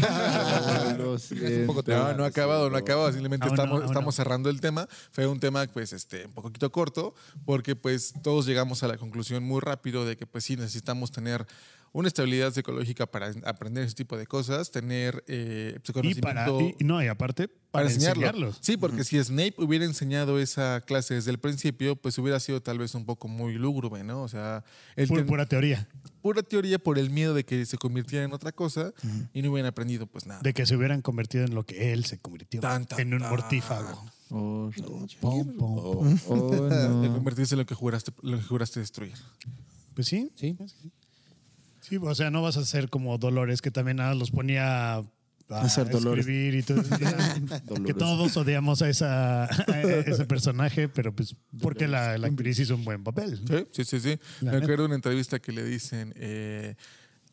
S5: Los- este,
S3: un poco
S1: Ah, No, no ha acabado, no ha acabado. Simplemente
S4: Aún no,
S1: estamos,
S4: aún
S1: estamos
S4: no.
S1: cerrando el tema. Fue un tema, pues, este, un poquito corto, porque pues todos llegamos a la conclusión muy rápido de que pues sí necesitamos tener una estabilidad psicológica para aprender ese tipo de cosas, tener eh,
S4: Y
S1: conocimiento
S4: para, y- no, y aparte, para,
S1: para enseñarlo.
S4: enseñarlos.
S1: Sí, porque si Snape hubiera enseñado esa clase desde el principio, pues hubiera sido tal vez un poco muy lúgubre, ¿no? O sea, él
S4: Pu-
S1: ten-
S4: pura teoría.
S1: pura teoría por el miedo de que se convirtiera en otra cosa y no hubieran aprendido pues nada.
S4: de que se hubieran convertido en lo que él se convirtió
S1: Tan, tan,
S4: en un
S1: tan.
S4: mortífago.
S5: Oh,
S4: Pum, pum.
S5: oh,
S1: De
S5: no.
S1: convertirse en lo que juraste, lo que juraste destruir.
S4: Pues sí,
S3: Sí.
S4: sí, o sea, no vas a ser como Dolores que también nada los ponía a,
S2: Hacer Dolores.
S4: escribir y todo. que todos odiamos a, esa, a ese personaje, pero pues porque la, la actriz hizo un buen papel. ¿no?
S1: Sí, sí, sí. sí.
S4: La
S1: Me
S4: neta.
S1: acuerdo de una entrevista que le dicen, eh,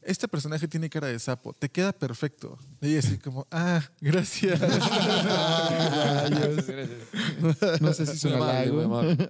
S1: este personaje tiene cara de sapo, te queda perfecto. Y ella así como, ah, gracias.
S5: No sé si
S3: Muy
S5: suena
S3: amable, muy
S5: algo.
S3: amable.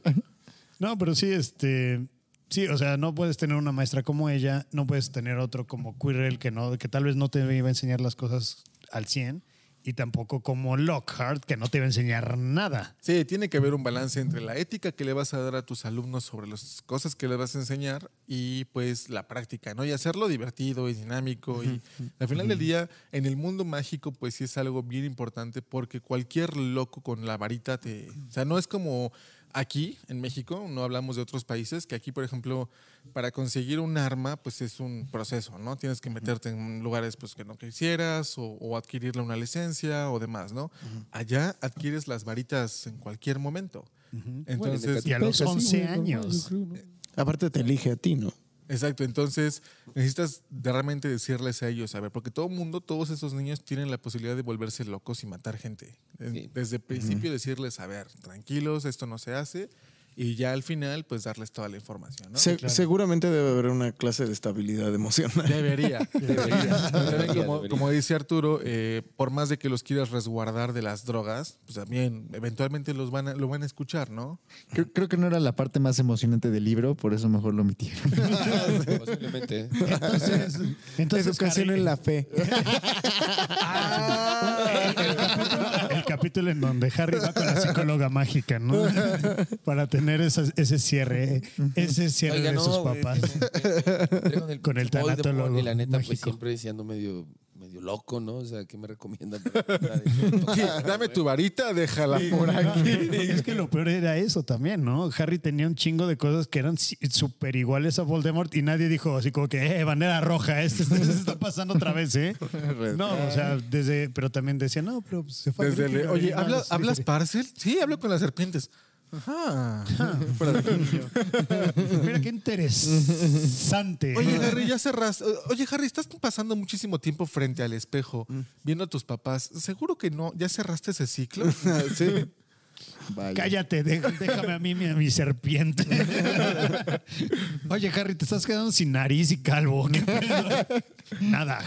S4: No, pero sí, este. Sí, o sea, no puedes tener una maestra como ella, no puedes tener otro como Quirrell que, no, que tal vez no te iba a enseñar las cosas al 100 y tampoco como Lockhart que no te iba a enseñar nada.
S1: Sí, tiene que haber un balance entre la ética que le vas a dar a tus alumnos sobre las cosas que les vas a enseñar y pues la práctica, ¿no? Y hacerlo divertido y dinámico. Y al final del día, en el mundo mágico, pues sí es algo bien importante porque cualquier loco con la varita te... O sea, no es como aquí en México, no hablamos de otros países, que aquí, por ejemplo, para conseguir un arma, pues es un proceso, ¿no? Tienes que meterte en lugares pues, que no quisieras o, o adquirirle una licencia o demás, ¿no? Allá adquieres las varitas en cualquier momento. Entonces,
S4: Y a los 11 años.
S2: Aparte te elige a ti, ¿no?
S1: exacto, entonces necesitas de realmente decirles a ellos, a ver, porque todo mundo, todos esos niños tienen la posibilidad de volverse locos y matar gente. En-
S3: Sí.
S1: Desde el principio decirles, a ver, tranquilos, esto no se hace y ya al final, pues darles toda la información. ¿no?
S2: Se- Seguramente debe haber una clase de estabilidad emocional.
S1: Debería, debería. Pero también como,
S3: debería.
S1: como dice Arturo, eh, por más de que los quieras resguardar de las drogas, pues también eventualmente los van a- lo van a escuchar, ¿no?
S5: Creo, creo que no era la parte más emocionante del libro, por eso mejor lo omitieron.
S3: Posiblemente. ¿eh?
S4: Entonces, entonces
S2: Educación
S4: Harry,
S2: en la fe. Ah.
S4: el capítulo en donde Harry va con la psicóloga mágica, ¿no? Para tener esas- ese cierre, eh, ese cierre
S3: Oiga,
S4: de
S3: no,
S1: eh,
S4: sus
S3: güey,
S4: papás.
S3: tengo- tengo el
S4: Con el
S3: pinche Voldemort
S4: tanatólogo
S3: Y la neta, pues
S4: mágico.
S3: siempre siendo medio, medio loco, ¿no? O sea, ¿qué me recomiendan? para tratar de-
S1: Sí, dame tu varita, déjala por aquí.
S4: Es que lo peor era eso también, ¿no? Harry tenía un chingo de cosas que eran si- súper iguales a Voldemort y nadie dijo así como que, eh, bandera roja, esto esto se está pasando otra vez, ¿eh? No, o sea, desde, pero también decía, no, pero se fue. a
S1: Desde
S4: Gryffindor
S1: el-
S4: y
S1: oye,
S4: no,
S1: ¿habla-
S4: sí,
S1: ¿hablas
S4: sí.
S1: parcel? Sí, hablo con las serpientes. Ajá. Fuera de aquí.
S4: Mira qué interesante.
S1: Oye, Harry, ya cerras. o- Oye, Harry, estás pasando muchísimo tiempo frente al espejo, viendo a tus papás. Seguro que no, ya cerraste ese ciclo.
S2: Sí.
S5: Vaya.
S4: Cállate, dé- déjame a mí mi, a mi serpiente. Oye, Harry, te estás quedando sin nariz y calvo. ¿Qué pedo? Nada.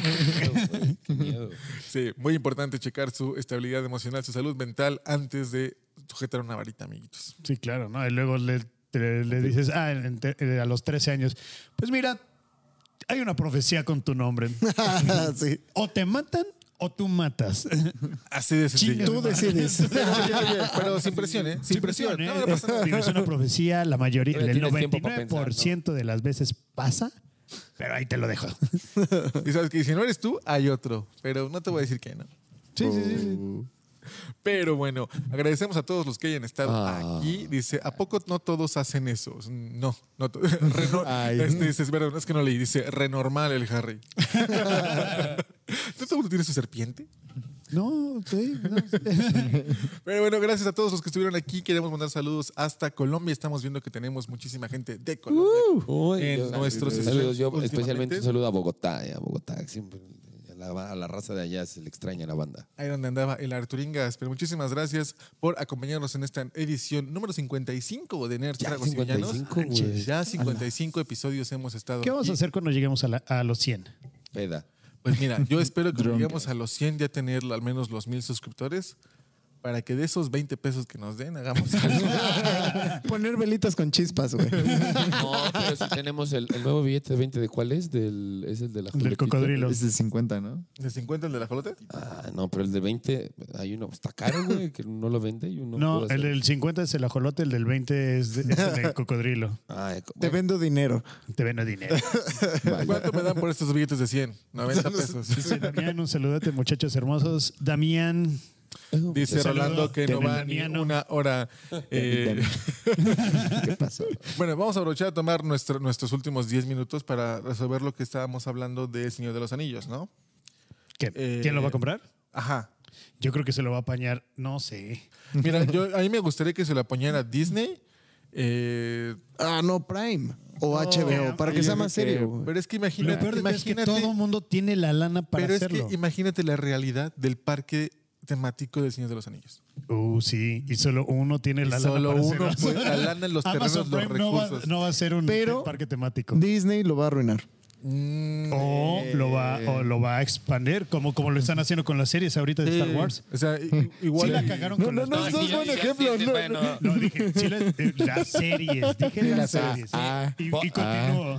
S3: Qué miedo.
S1: Sí, muy importante checar su estabilidad emocional, su salud mental antes de sujetar una varita, amiguitos.
S4: Sí, claro, ¿no? Y luego le, te- le dices, ah, en- te- a los 13 años, pues mira, hay una profecía con tu nombre.
S2: Sí.
S4: O te matan o tú matas.
S1: Así de sencillo.
S4: Chinga
S2: Tú decides.
S1: Oye, oye, pero sin presión, ¿eh? Sin presión.
S4: ¿eh?
S1: No, no pasa nada.
S4: Digo, es una profecía, la mayoría,
S3: Todavía
S4: el
S3: tienes tiempo para
S4: 99% de las veces pasa, pero ahí te lo dejo.
S1: Y sabes que si no eres tú, hay otro. Pero no te voy a decir que no.
S4: Sí, sí, sí. sí.
S1: Pero bueno, agradecemos a todos los que hayan estado
S3: Ah.
S1: aquí. Dice, ¿a poco no todos hacen eso? No, no. to- Reno-
S5: Ay.
S1: este, dices, perdón, es que no leí. Dice, renormal el Harry. ¿No todo el mundo tiene su serpiente?
S4: No, sí. no, sí.
S1: Pero bueno, gracias a todos los que estuvieron aquí. Queremos mandar saludos hasta Colombia. Estamos viendo que tenemos muchísima gente de Colombia.
S4: Uh.
S3: Uy,
S1: En nuestros
S3: saludos, yo
S1: streams
S3: especialmente
S1: últimamente.
S3: un saludo a Bogotá, eh, a Bogotá, que siempre a la, a la raza de allá se le extraña la banda.
S1: Ahí donde andaba el Arturingas. Pero muchísimas gracias por acompañarnos en esta edición número 55 de Nerds,
S3: Ya
S1: Tragos y Villanos.
S3: 55, güey.
S1: Manches, Ya 55 episodios hemos estado.
S4: ¿Qué vamos
S1: aquí.
S4: a hacer cuando lleguemos a, la- a los 100?
S3: Peda.
S1: Pues mira, yo espero que lleguemos a los 100 ya tener al menos los 1000 suscriptores para que de esos 20 pesos que nos den hagamos algo.
S2: Poner velitas con chispas, güey.
S3: No, pero si tenemos el, el nuevo billete de 20 de cuál es, del, es el de la
S4: Del
S3: Julepita.
S4: cocodrilo.
S5: Es de 50, ¿no?
S1: ¿De 50 el de la jolota?
S3: Ah, no, pero el de 20, hay uno, está caro, güey, que no lo vende y uno
S4: No,
S3: puede
S4: el
S3: hacer-
S4: del 50 es el ajolote, el del 20 es, de- es el del cocodrilo.
S3: Ah, eh,
S2: Te
S3: bueno,
S2: vendo dinero.
S4: Te ven a dinero.
S1: ¿Cuánto me dan por estos billetes de 100? 90 pesos.
S4: Dice Damián, un saludote, muchachos hermosos. Damián,
S1: Dice
S4: Saludo
S1: Rolando que no
S4: del
S1: va ni
S4: Damiano.
S1: una hora. eh,
S5: ¿Qué pasó?
S1: bueno, vamos a aprovechar a tomar nuestro- nuestros últimos 10 minutos para resolver lo que estábamos hablando de Señor de los Anillos, ¿no?
S4: ¿qué?
S1: Eh,
S4: ¿quién lo va a comprar?
S1: Ajá.
S4: Yo creo que se lo va a apañar, no sé.
S1: Mira, yo, a mí me gustaría que se lo apañara Disney. eh,
S2: Ah, no, Prime. O HBO, para que sea más serio. güey.
S1: pero es que imagina- imagínate.
S4: mundo tiene la lana
S1: pero es que imagínate la realidad del parque temático del Señor de los Anillos.
S4: uh, sí, y solo uno tiene la lana
S1: Solo
S4: para
S1: uno
S4: hacerlo.
S1: puede- la lana en los terrenos,
S4: Amazon
S1: los
S4: Prime no va-
S1: recursos.
S4: No va, a ser un
S2: Pero-
S4: parque temático.
S2: Disney lo va a arruinar.
S1: Mm,
S4: O lo, va, o lo va a expandir, como, como lo están haciendo con las series ahorita de Star
S1: eh,
S4: Wars.
S1: O sea, i- igual.
S4: Sí la cagaron con las
S2: no,
S4: series.
S2: no es buen ejemplo. no, no.
S4: No, dije, sí, las, eh, las series, dije las series. ¿eh?
S5: ah,
S4: y, y continúo.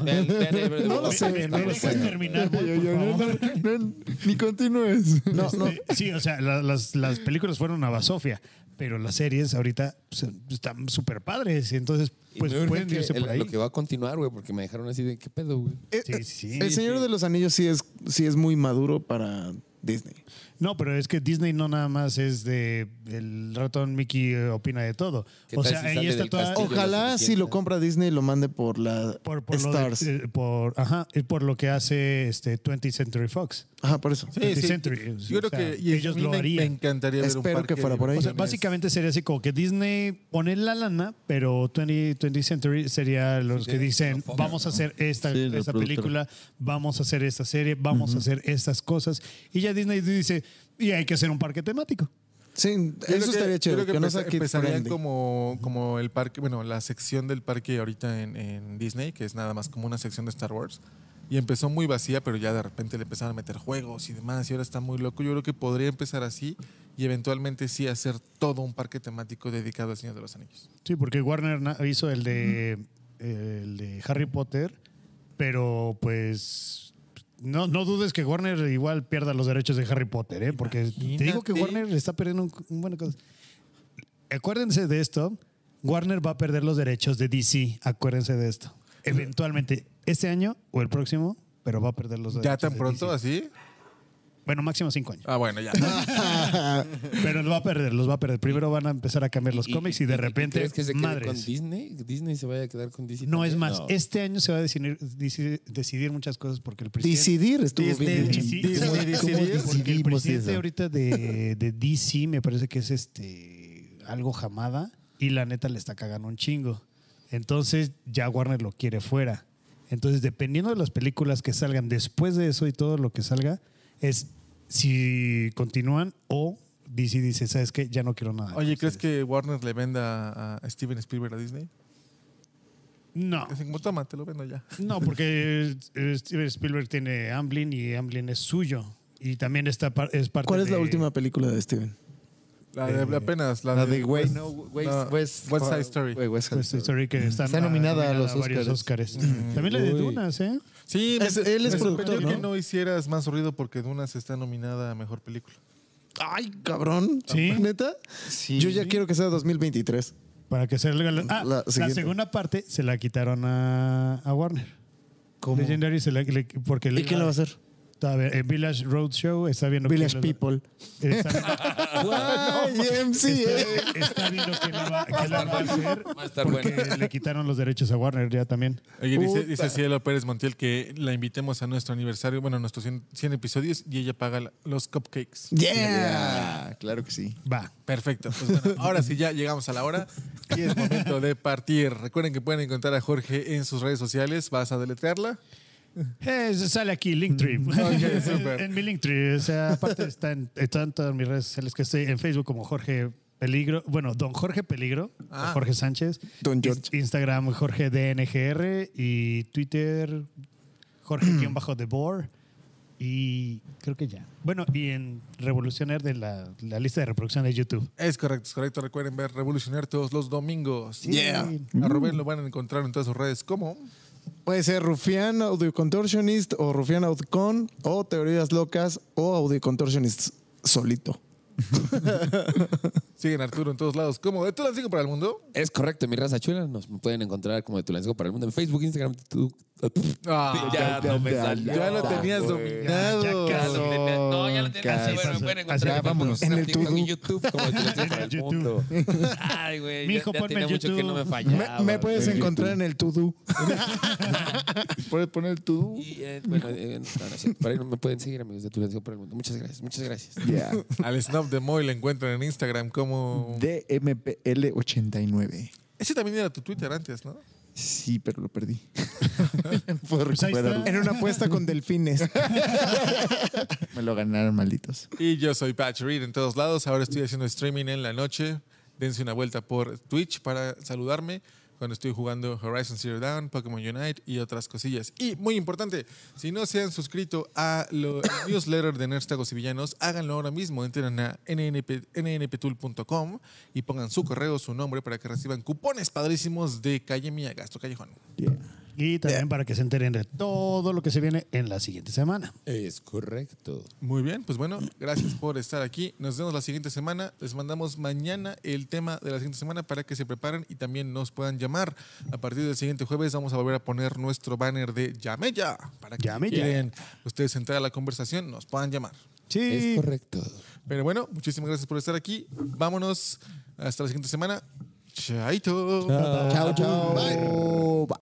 S2: No lo sé,
S4: Me-
S2: no
S4: me
S2: lo
S4: dejas
S2: sé.
S4: terminar, güey, por favor.
S5: No, no, ni continúes.
S2: No, no.
S4: Este, Sí, o sea, la- las, las películas fueron a basofia, pero las series ahorita pues, están súper padres. Entonces,
S3: y
S4: pues
S3: me urge
S4: pueden
S3: que
S4: irse
S3: el-
S4: por ahí.
S3: Lo que va a continuar, güey, porque me dejaron así de, ¿qué pedo, güey?
S2: Eh,
S4: Sí,
S2: eh,
S4: sí,
S2: el Señor
S4: sí.
S2: de los Anillos sí es, sí es muy maduro para Disney.
S4: No, pero es que Disney no nada más es de el ratón Mickey eh, opina de todo.
S3: ¿Qué
S4: O
S3: tal
S4: sea,
S3: si
S4: ahí
S3: sale
S4: está
S3: del
S4: toda
S3: castillo?
S2: Ojalá
S3: lo
S2: si lo
S3: suficiente.
S2: compra Disney lo mande por la
S4: por, por lo de-
S2: Stars.
S4: eh, por, ajá, eh, por lo que hace este 20th Century Fox.
S2: Ajá, por eso.
S1: Sí,
S4: 20th
S1: sí.
S4: Century,
S1: Yo creo
S4: o sea,
S1: que y a
S4: ellos
S1: mí
S4: lo
S1: me, me
S4: harían.
S1: encantaría ver un
S2: Espero
S1: parque
S2: que fuera
S1: de
S2: por ahí.
S4: O sea,
S1: diversiones.
S4: básicamente sería así como que Disney pone la lana, pero 20, 20th Century sería los que dicen, vamos a hacer esta,
S5: Sí, la
S4: esta
S5: productora.
S4: película, vamos a hacer esta serie, vamos a hacer estas cosas. Y ya Disney dice, y hay que hacer un parque temático.
S2: Sí,
S1: Yo creo
S2: eso
S1: que-
S2: estaría
S1: yo
S2: chévere,
S1: creo
S2: que,
S1: que
S2: no
S1: empeza-
S2: sea kids
S1: empezarían
S2: friendly.
S1: como, como el parque, bueno, la sección del parque ahorita en, en Disney, que es nada más como una sección de Star Wars. Y empezó muy vacía, pero ya de repente le empezaron a meter juegos y demás, y ahora está muy loco. Yo creo que podría empezar así y eventualmente sí hacer todo un parque temático dedicado al Señor de los Anillos.
S4: Sí, porque Warner na- hizo el de, el de Harry Potter, pero pues no, no dudes que Warner igual pierda los derechos de Harry Potter, ¿eh? porque te digo que
S1: Imagínate.
S4: Warner está perdiendo un, un buen cosa. Acuérdense de esto, Warner va a perder los derechos de DC, acuérdense de esto. Eventualmente, este año o el próximo, pero va a perder
S2: Pues,
S4: los derechos.
S1: ¿Ya tan
S4: de
S1: pronto
S4: DC.
S1: así?
S4: Bueno, máximo cinco años.
S1: Ah, bueno, ya.
S4: Pero los va a perder, los va a perder. Primero van a empezar a cambiar los cómics y, de repente,
S3: ¿Crees que se quede
S4: madres.
S3: con Disney? ¿Disney se vaya a quedar con Disney?
S4: No es
S3: también?
S4: más, este año se va a decidir, decidir, decidir muchas cosas porque el presidente.
S2: Decidir estuvo bien dicho.
S4: Disney,
S2: ¿Cómo-
S4: Disney
S2: cómo
S4: decidir, porque el
S2: decidimos
S4: presidente
S2: eso?
S4: ahorita de, de DC me parece que es este algo jamada y la neta le está cagando un chingo. Entonces ya Warner lo quiere fuera. Entonces, dependiendo de las películas que salgan después de eso y todo lo que salga, es si continúan o DC dice, ¿sabes qué? Ya no quiero nada.
S1: Oye, ¿crees que Warner le venda a Steven Spielberg a Disney?
S4: No.
S1: Dicen, como, toma, te lo vendo ya.
S4: No, porque eh, Steven Spielberg tiene Amblin y Amblin es suyo. Y también está par- es parte
S2: ¿Cuál es la
S4: de-
S2: última película de Steven? Ah.
S1: La de Eh, apenas, la,
S5: La de West,
S1: no,
S5: West,
S1: no,
S5: West-
S1: West Side Story.
S5: West- West Side
S4: West Side
S5: Story.
S4: Story que está,
S5: Está nominada a los
S4: varios
S5: Óscares.
S4: Óscares. También la de
S3: Uy.
S4: Dunas, ¿eh?
S1: Sí,
S2: Es-
S1: me-
S2: él es
S1: me
S2: productor,
S1: sorprendió que
S2: ¿no?
S1: no hicieras más ruido porque Dunas está nominada a mejor película.
S2: Ay, cabrón.
S4: Sí.
S2: ¿Neta?
S5: Sí.
S2: Yo ya quiero que sea 2023.
S4: Para que salga la, ah,
S2: La
S4: la,
S2: siguiente.
S4: segunda parte se la quitaron a, a Warner.
S5: ¿Cómo?
S4: Legendary se la le- porque
S2: ¿Y quién la va a hacer?
S4: a ver, en Village Roadshow está viendo quién
S2: Village
S4: le-
S2: People. Este,
S4: Está, eh,
S2: Ay, MCA.
S4: está viendo quién la va, quién la va a hacer
S3: Va a estar
S4: porque
S3: bueno.
S4: le quitaron los derechos a Warner ya también.
S1: Oye, dice,
S2: Puta.
S1: dice Cielo Pérez Montiel que la invitemos a nuestro aniversario, bueno, a nuestros 100, 100 episodios y ella paga la- los cupcakes.
S2: Yeah.
S5: Ah, claro que sí.
S4: Va.
S1: Perfecto. Pues bueno, ahora sí ya llegamos a la hora y es momento de partir. Recuerden que pueden encontrar a Jorge en sus redes sociales. ¿Vas a deletrearla?
S4: Eh, sale aquí Linktree.
S1: Ok, súper.
S4: en mi Linktree. O sea, aparte está en, está en todas mis redes sociales que estoy en Facebook como Jorge Peligro. Bueno, Don Jorge Peligro,
S1: Ah.
S4: Jorge Sánchez.
S2: Don George.
S4: Inst- Instagram Jorge DNGR y Twitter Jorge-The Board. Y creo que ya. Bueno, y en Revolucionar de la, la lista de reproducción de YouTube.
S1: Es correcto, es correcto. Recuerden ver Revolucionar todos los domingos.
S2: Yeah.
S1: A Rubén lo van a encontrar en todas sus redes como
S2: Este, Puede ser Rufián Audio Contortionist o Rufián Audicon o Teorías Locas o Audio Contortionist solito.
S1: siguen a Arturo en todos lados como de todas las cinco para el mundo.
S3: Es correcto, mi raza chula. Nos pueden encontrar como de Tulancingo para el mundo en Facebook, Instagram, Eh, tu-
S1: Ah,
S3: ya, no me salió.
S1: ya lo tenías dominado.
S3: Ya lo tenía- No, ya lo tenías.
S5: Casi.
S3: Sí, bueno, me pueden
S5: Así,
S3: encontrar
S5: ya, vámonos.
S3: En
S2: En
S3: el
S2: el
S3: TikTok
S2: Tudu.
S3: y YouTube como de Tulancingo
S4: En
S3: para
S4: el
S3: el mundo. Ay, güey. Ya,
S4: Mijo,
S3: ya
S4: ponme
S3: tenía
S4: en
S3: mucho que
S4: YouTube.
S3: no me
S2: Me,
S3: fallaba.
S2: me puedes
S3: güey.
S2: encontrar en el to-do.
S5: Puedes poner tú.
S3: Y, eh, bueno, eh, no, no es cierto. Por ahí me pueden seguir, amigos de Tulancingo para el mundo. Muchas gracias, muchas gracias.
S5: Yeah.
S1: Al Snob de Moy le encuentran en Instagram como.
S5: DMPL89.
S1: Ese también era tu Twitter antes, ¿no?
S5: Sí, pero lo perdí. no puedo
S4: Pues ahí está.
S5: recuperarlo.
S2: En una apuesta con delfines.
S5: Me lo ganaron, malditos.
S1: Y yo soy Patch Reed en todos lados. Ahora estoy haciendo streaming en la noche. Dense una vuelta por Twitch para saludarme cuando estoy jugando Horizon Zero Dawn, Pokémon Unite y otras cosillas. Y muy importante, si no se han suscrito a los newsletter de Nerds Tacos y Villanos, háganlo ahora mismo. Entren a nnp nnptool.com y pongan su correo, su nombre para que reciban cupones padrísimos de Calle Mía, Gasto Callejón.
S5: Yeah.
S4: Y también para que se enteren de todo lo que se viene en la siguiente semana.
S3: Es correcto.
S1: Muy bien, pues bueno, gracias por estar aquí. Nos vemos la siguiente semana. Les mandamos mañana el tema de la siguiente semana para que se preparen y también nos puedan llamar. A partir del siguiente jueves vamos a volver a poner nuestro banner de Llame ya. Para que si
S4: Llame ya.
S1: quieren ustedes entrar a la conversación, nos puedan llamar.
S4: Sí.
S3: Es correcto.
S1: Pero bueno, muchísimas gracias por estar aquí. Vámonos hasta la siguiente semana. Chaito.
S5: Chao, chao. Bye.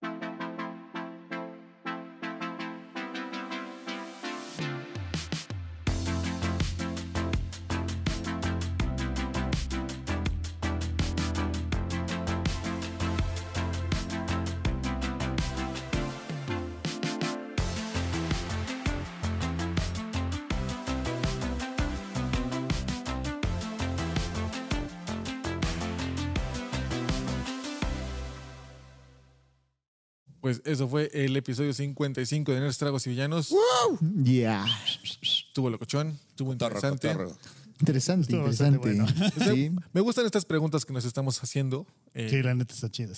S1: Pues eso fue el episodio 55 de Nerds, Tragos y Villanos.
S5: Yeah.
S1: Estuvo locochón, estuvo interesante.
S5: Interesante,
S4: Estuvo bastante
S5: interesante.
S1: O sea,
S5: Sí.
S1: Me gustan estas preguntas que nos estamos haciendo. eh,
S4: Sí, la neta está chida.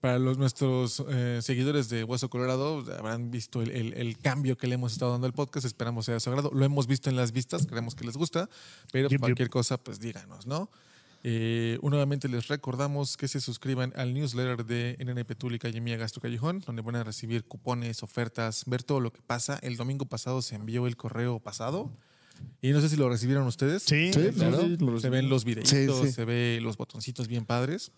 S1: Para los, nuestros eh, seguidores de Hueso Colorado, habrán visto el, el- el cambio que le hemos estado dando al podcast. Esperamos sea de su agrado. Lo hemos visto en las vistas, creemos que les gusta, pero
S4: Yup, yup.
S1: cualquier cosa, pues díganos, ¿no? Eh, nuevamente les recordamos que se suscriban al newsletter de NNP Tuli Calle Mía Gastro Callejón, donde van a recibir cupones, ofertas, ver todo lo que pasa. El domingo pasado se envió el correo pasado y no sé si lo recibieron ustedes.
S4: Sí,
S5: Sí,
S3: claro.
S5: sí, lo
S1: Se ven los videitos,
S2: Sí, sí.
S1: se ve los botoncitos bien padres.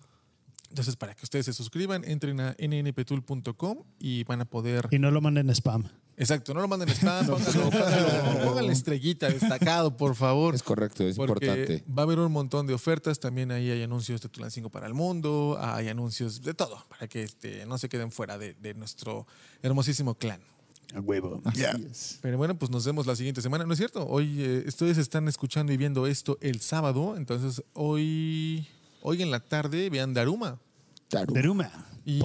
S1: Entonces, para que ustedes se suscriban, entren a nnptool.com y van a poder.
S4: y no lo manden spam.
S1: Exacto, no lo manden spam, pónganlo, pónganlo- pónganle estrellita, destacado, por favor.
S3: Es correcto, es
S1: porque
S3: importante.
S1: va a haber un montón de ofertas. También ahí hay anuncios de Tulan 5 para el mundo, hay anuncios de todo, para que este, no se queden fuera de, de nuestro hermosísimo clan.
S4: A huevo.
S1: Pero bueno, pues nos vemos la siguiente semana, ¿no es cierto? Hoy eh, ustedes están escuchando y viendo esto el sábado, entonces hoy, hoy en la tarde vean Daruma.
S4: Deruma.
S1: Y,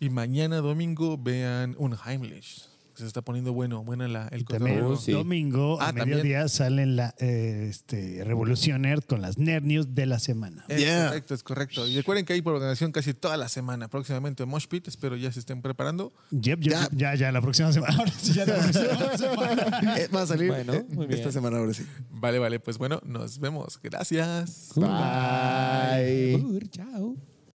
S1: y mañana domingo vean un Heimlich. Se está poniendo bueno, buena la, el
S4: También
S1: cotorreo.
S3: Oh, sí.
S4: domingo
S1: Ah,
S4: a
S1: también.
S4: mediodía sale la eh, este, Revolución Nerd con las Nerd News de la semana.
S1: Es correcto, es correcto. Y recuerden que hay programación casi toda la semana. Próximamente Mosh Pit, espero ya se estén preparando.
S4: Yep, yep, yep. ya, ya, la próxima semana. Ahora sí, ya la próxima semana.
S2: Eh, va a salir
S3: Bueno,
S2: eh,
S3: muy bien.
S2: esta semana ahora sí.
S1: Vale, vale, pues bueno, nos vemos. Gracias.
S5: Bye.
S3: Ur, chao.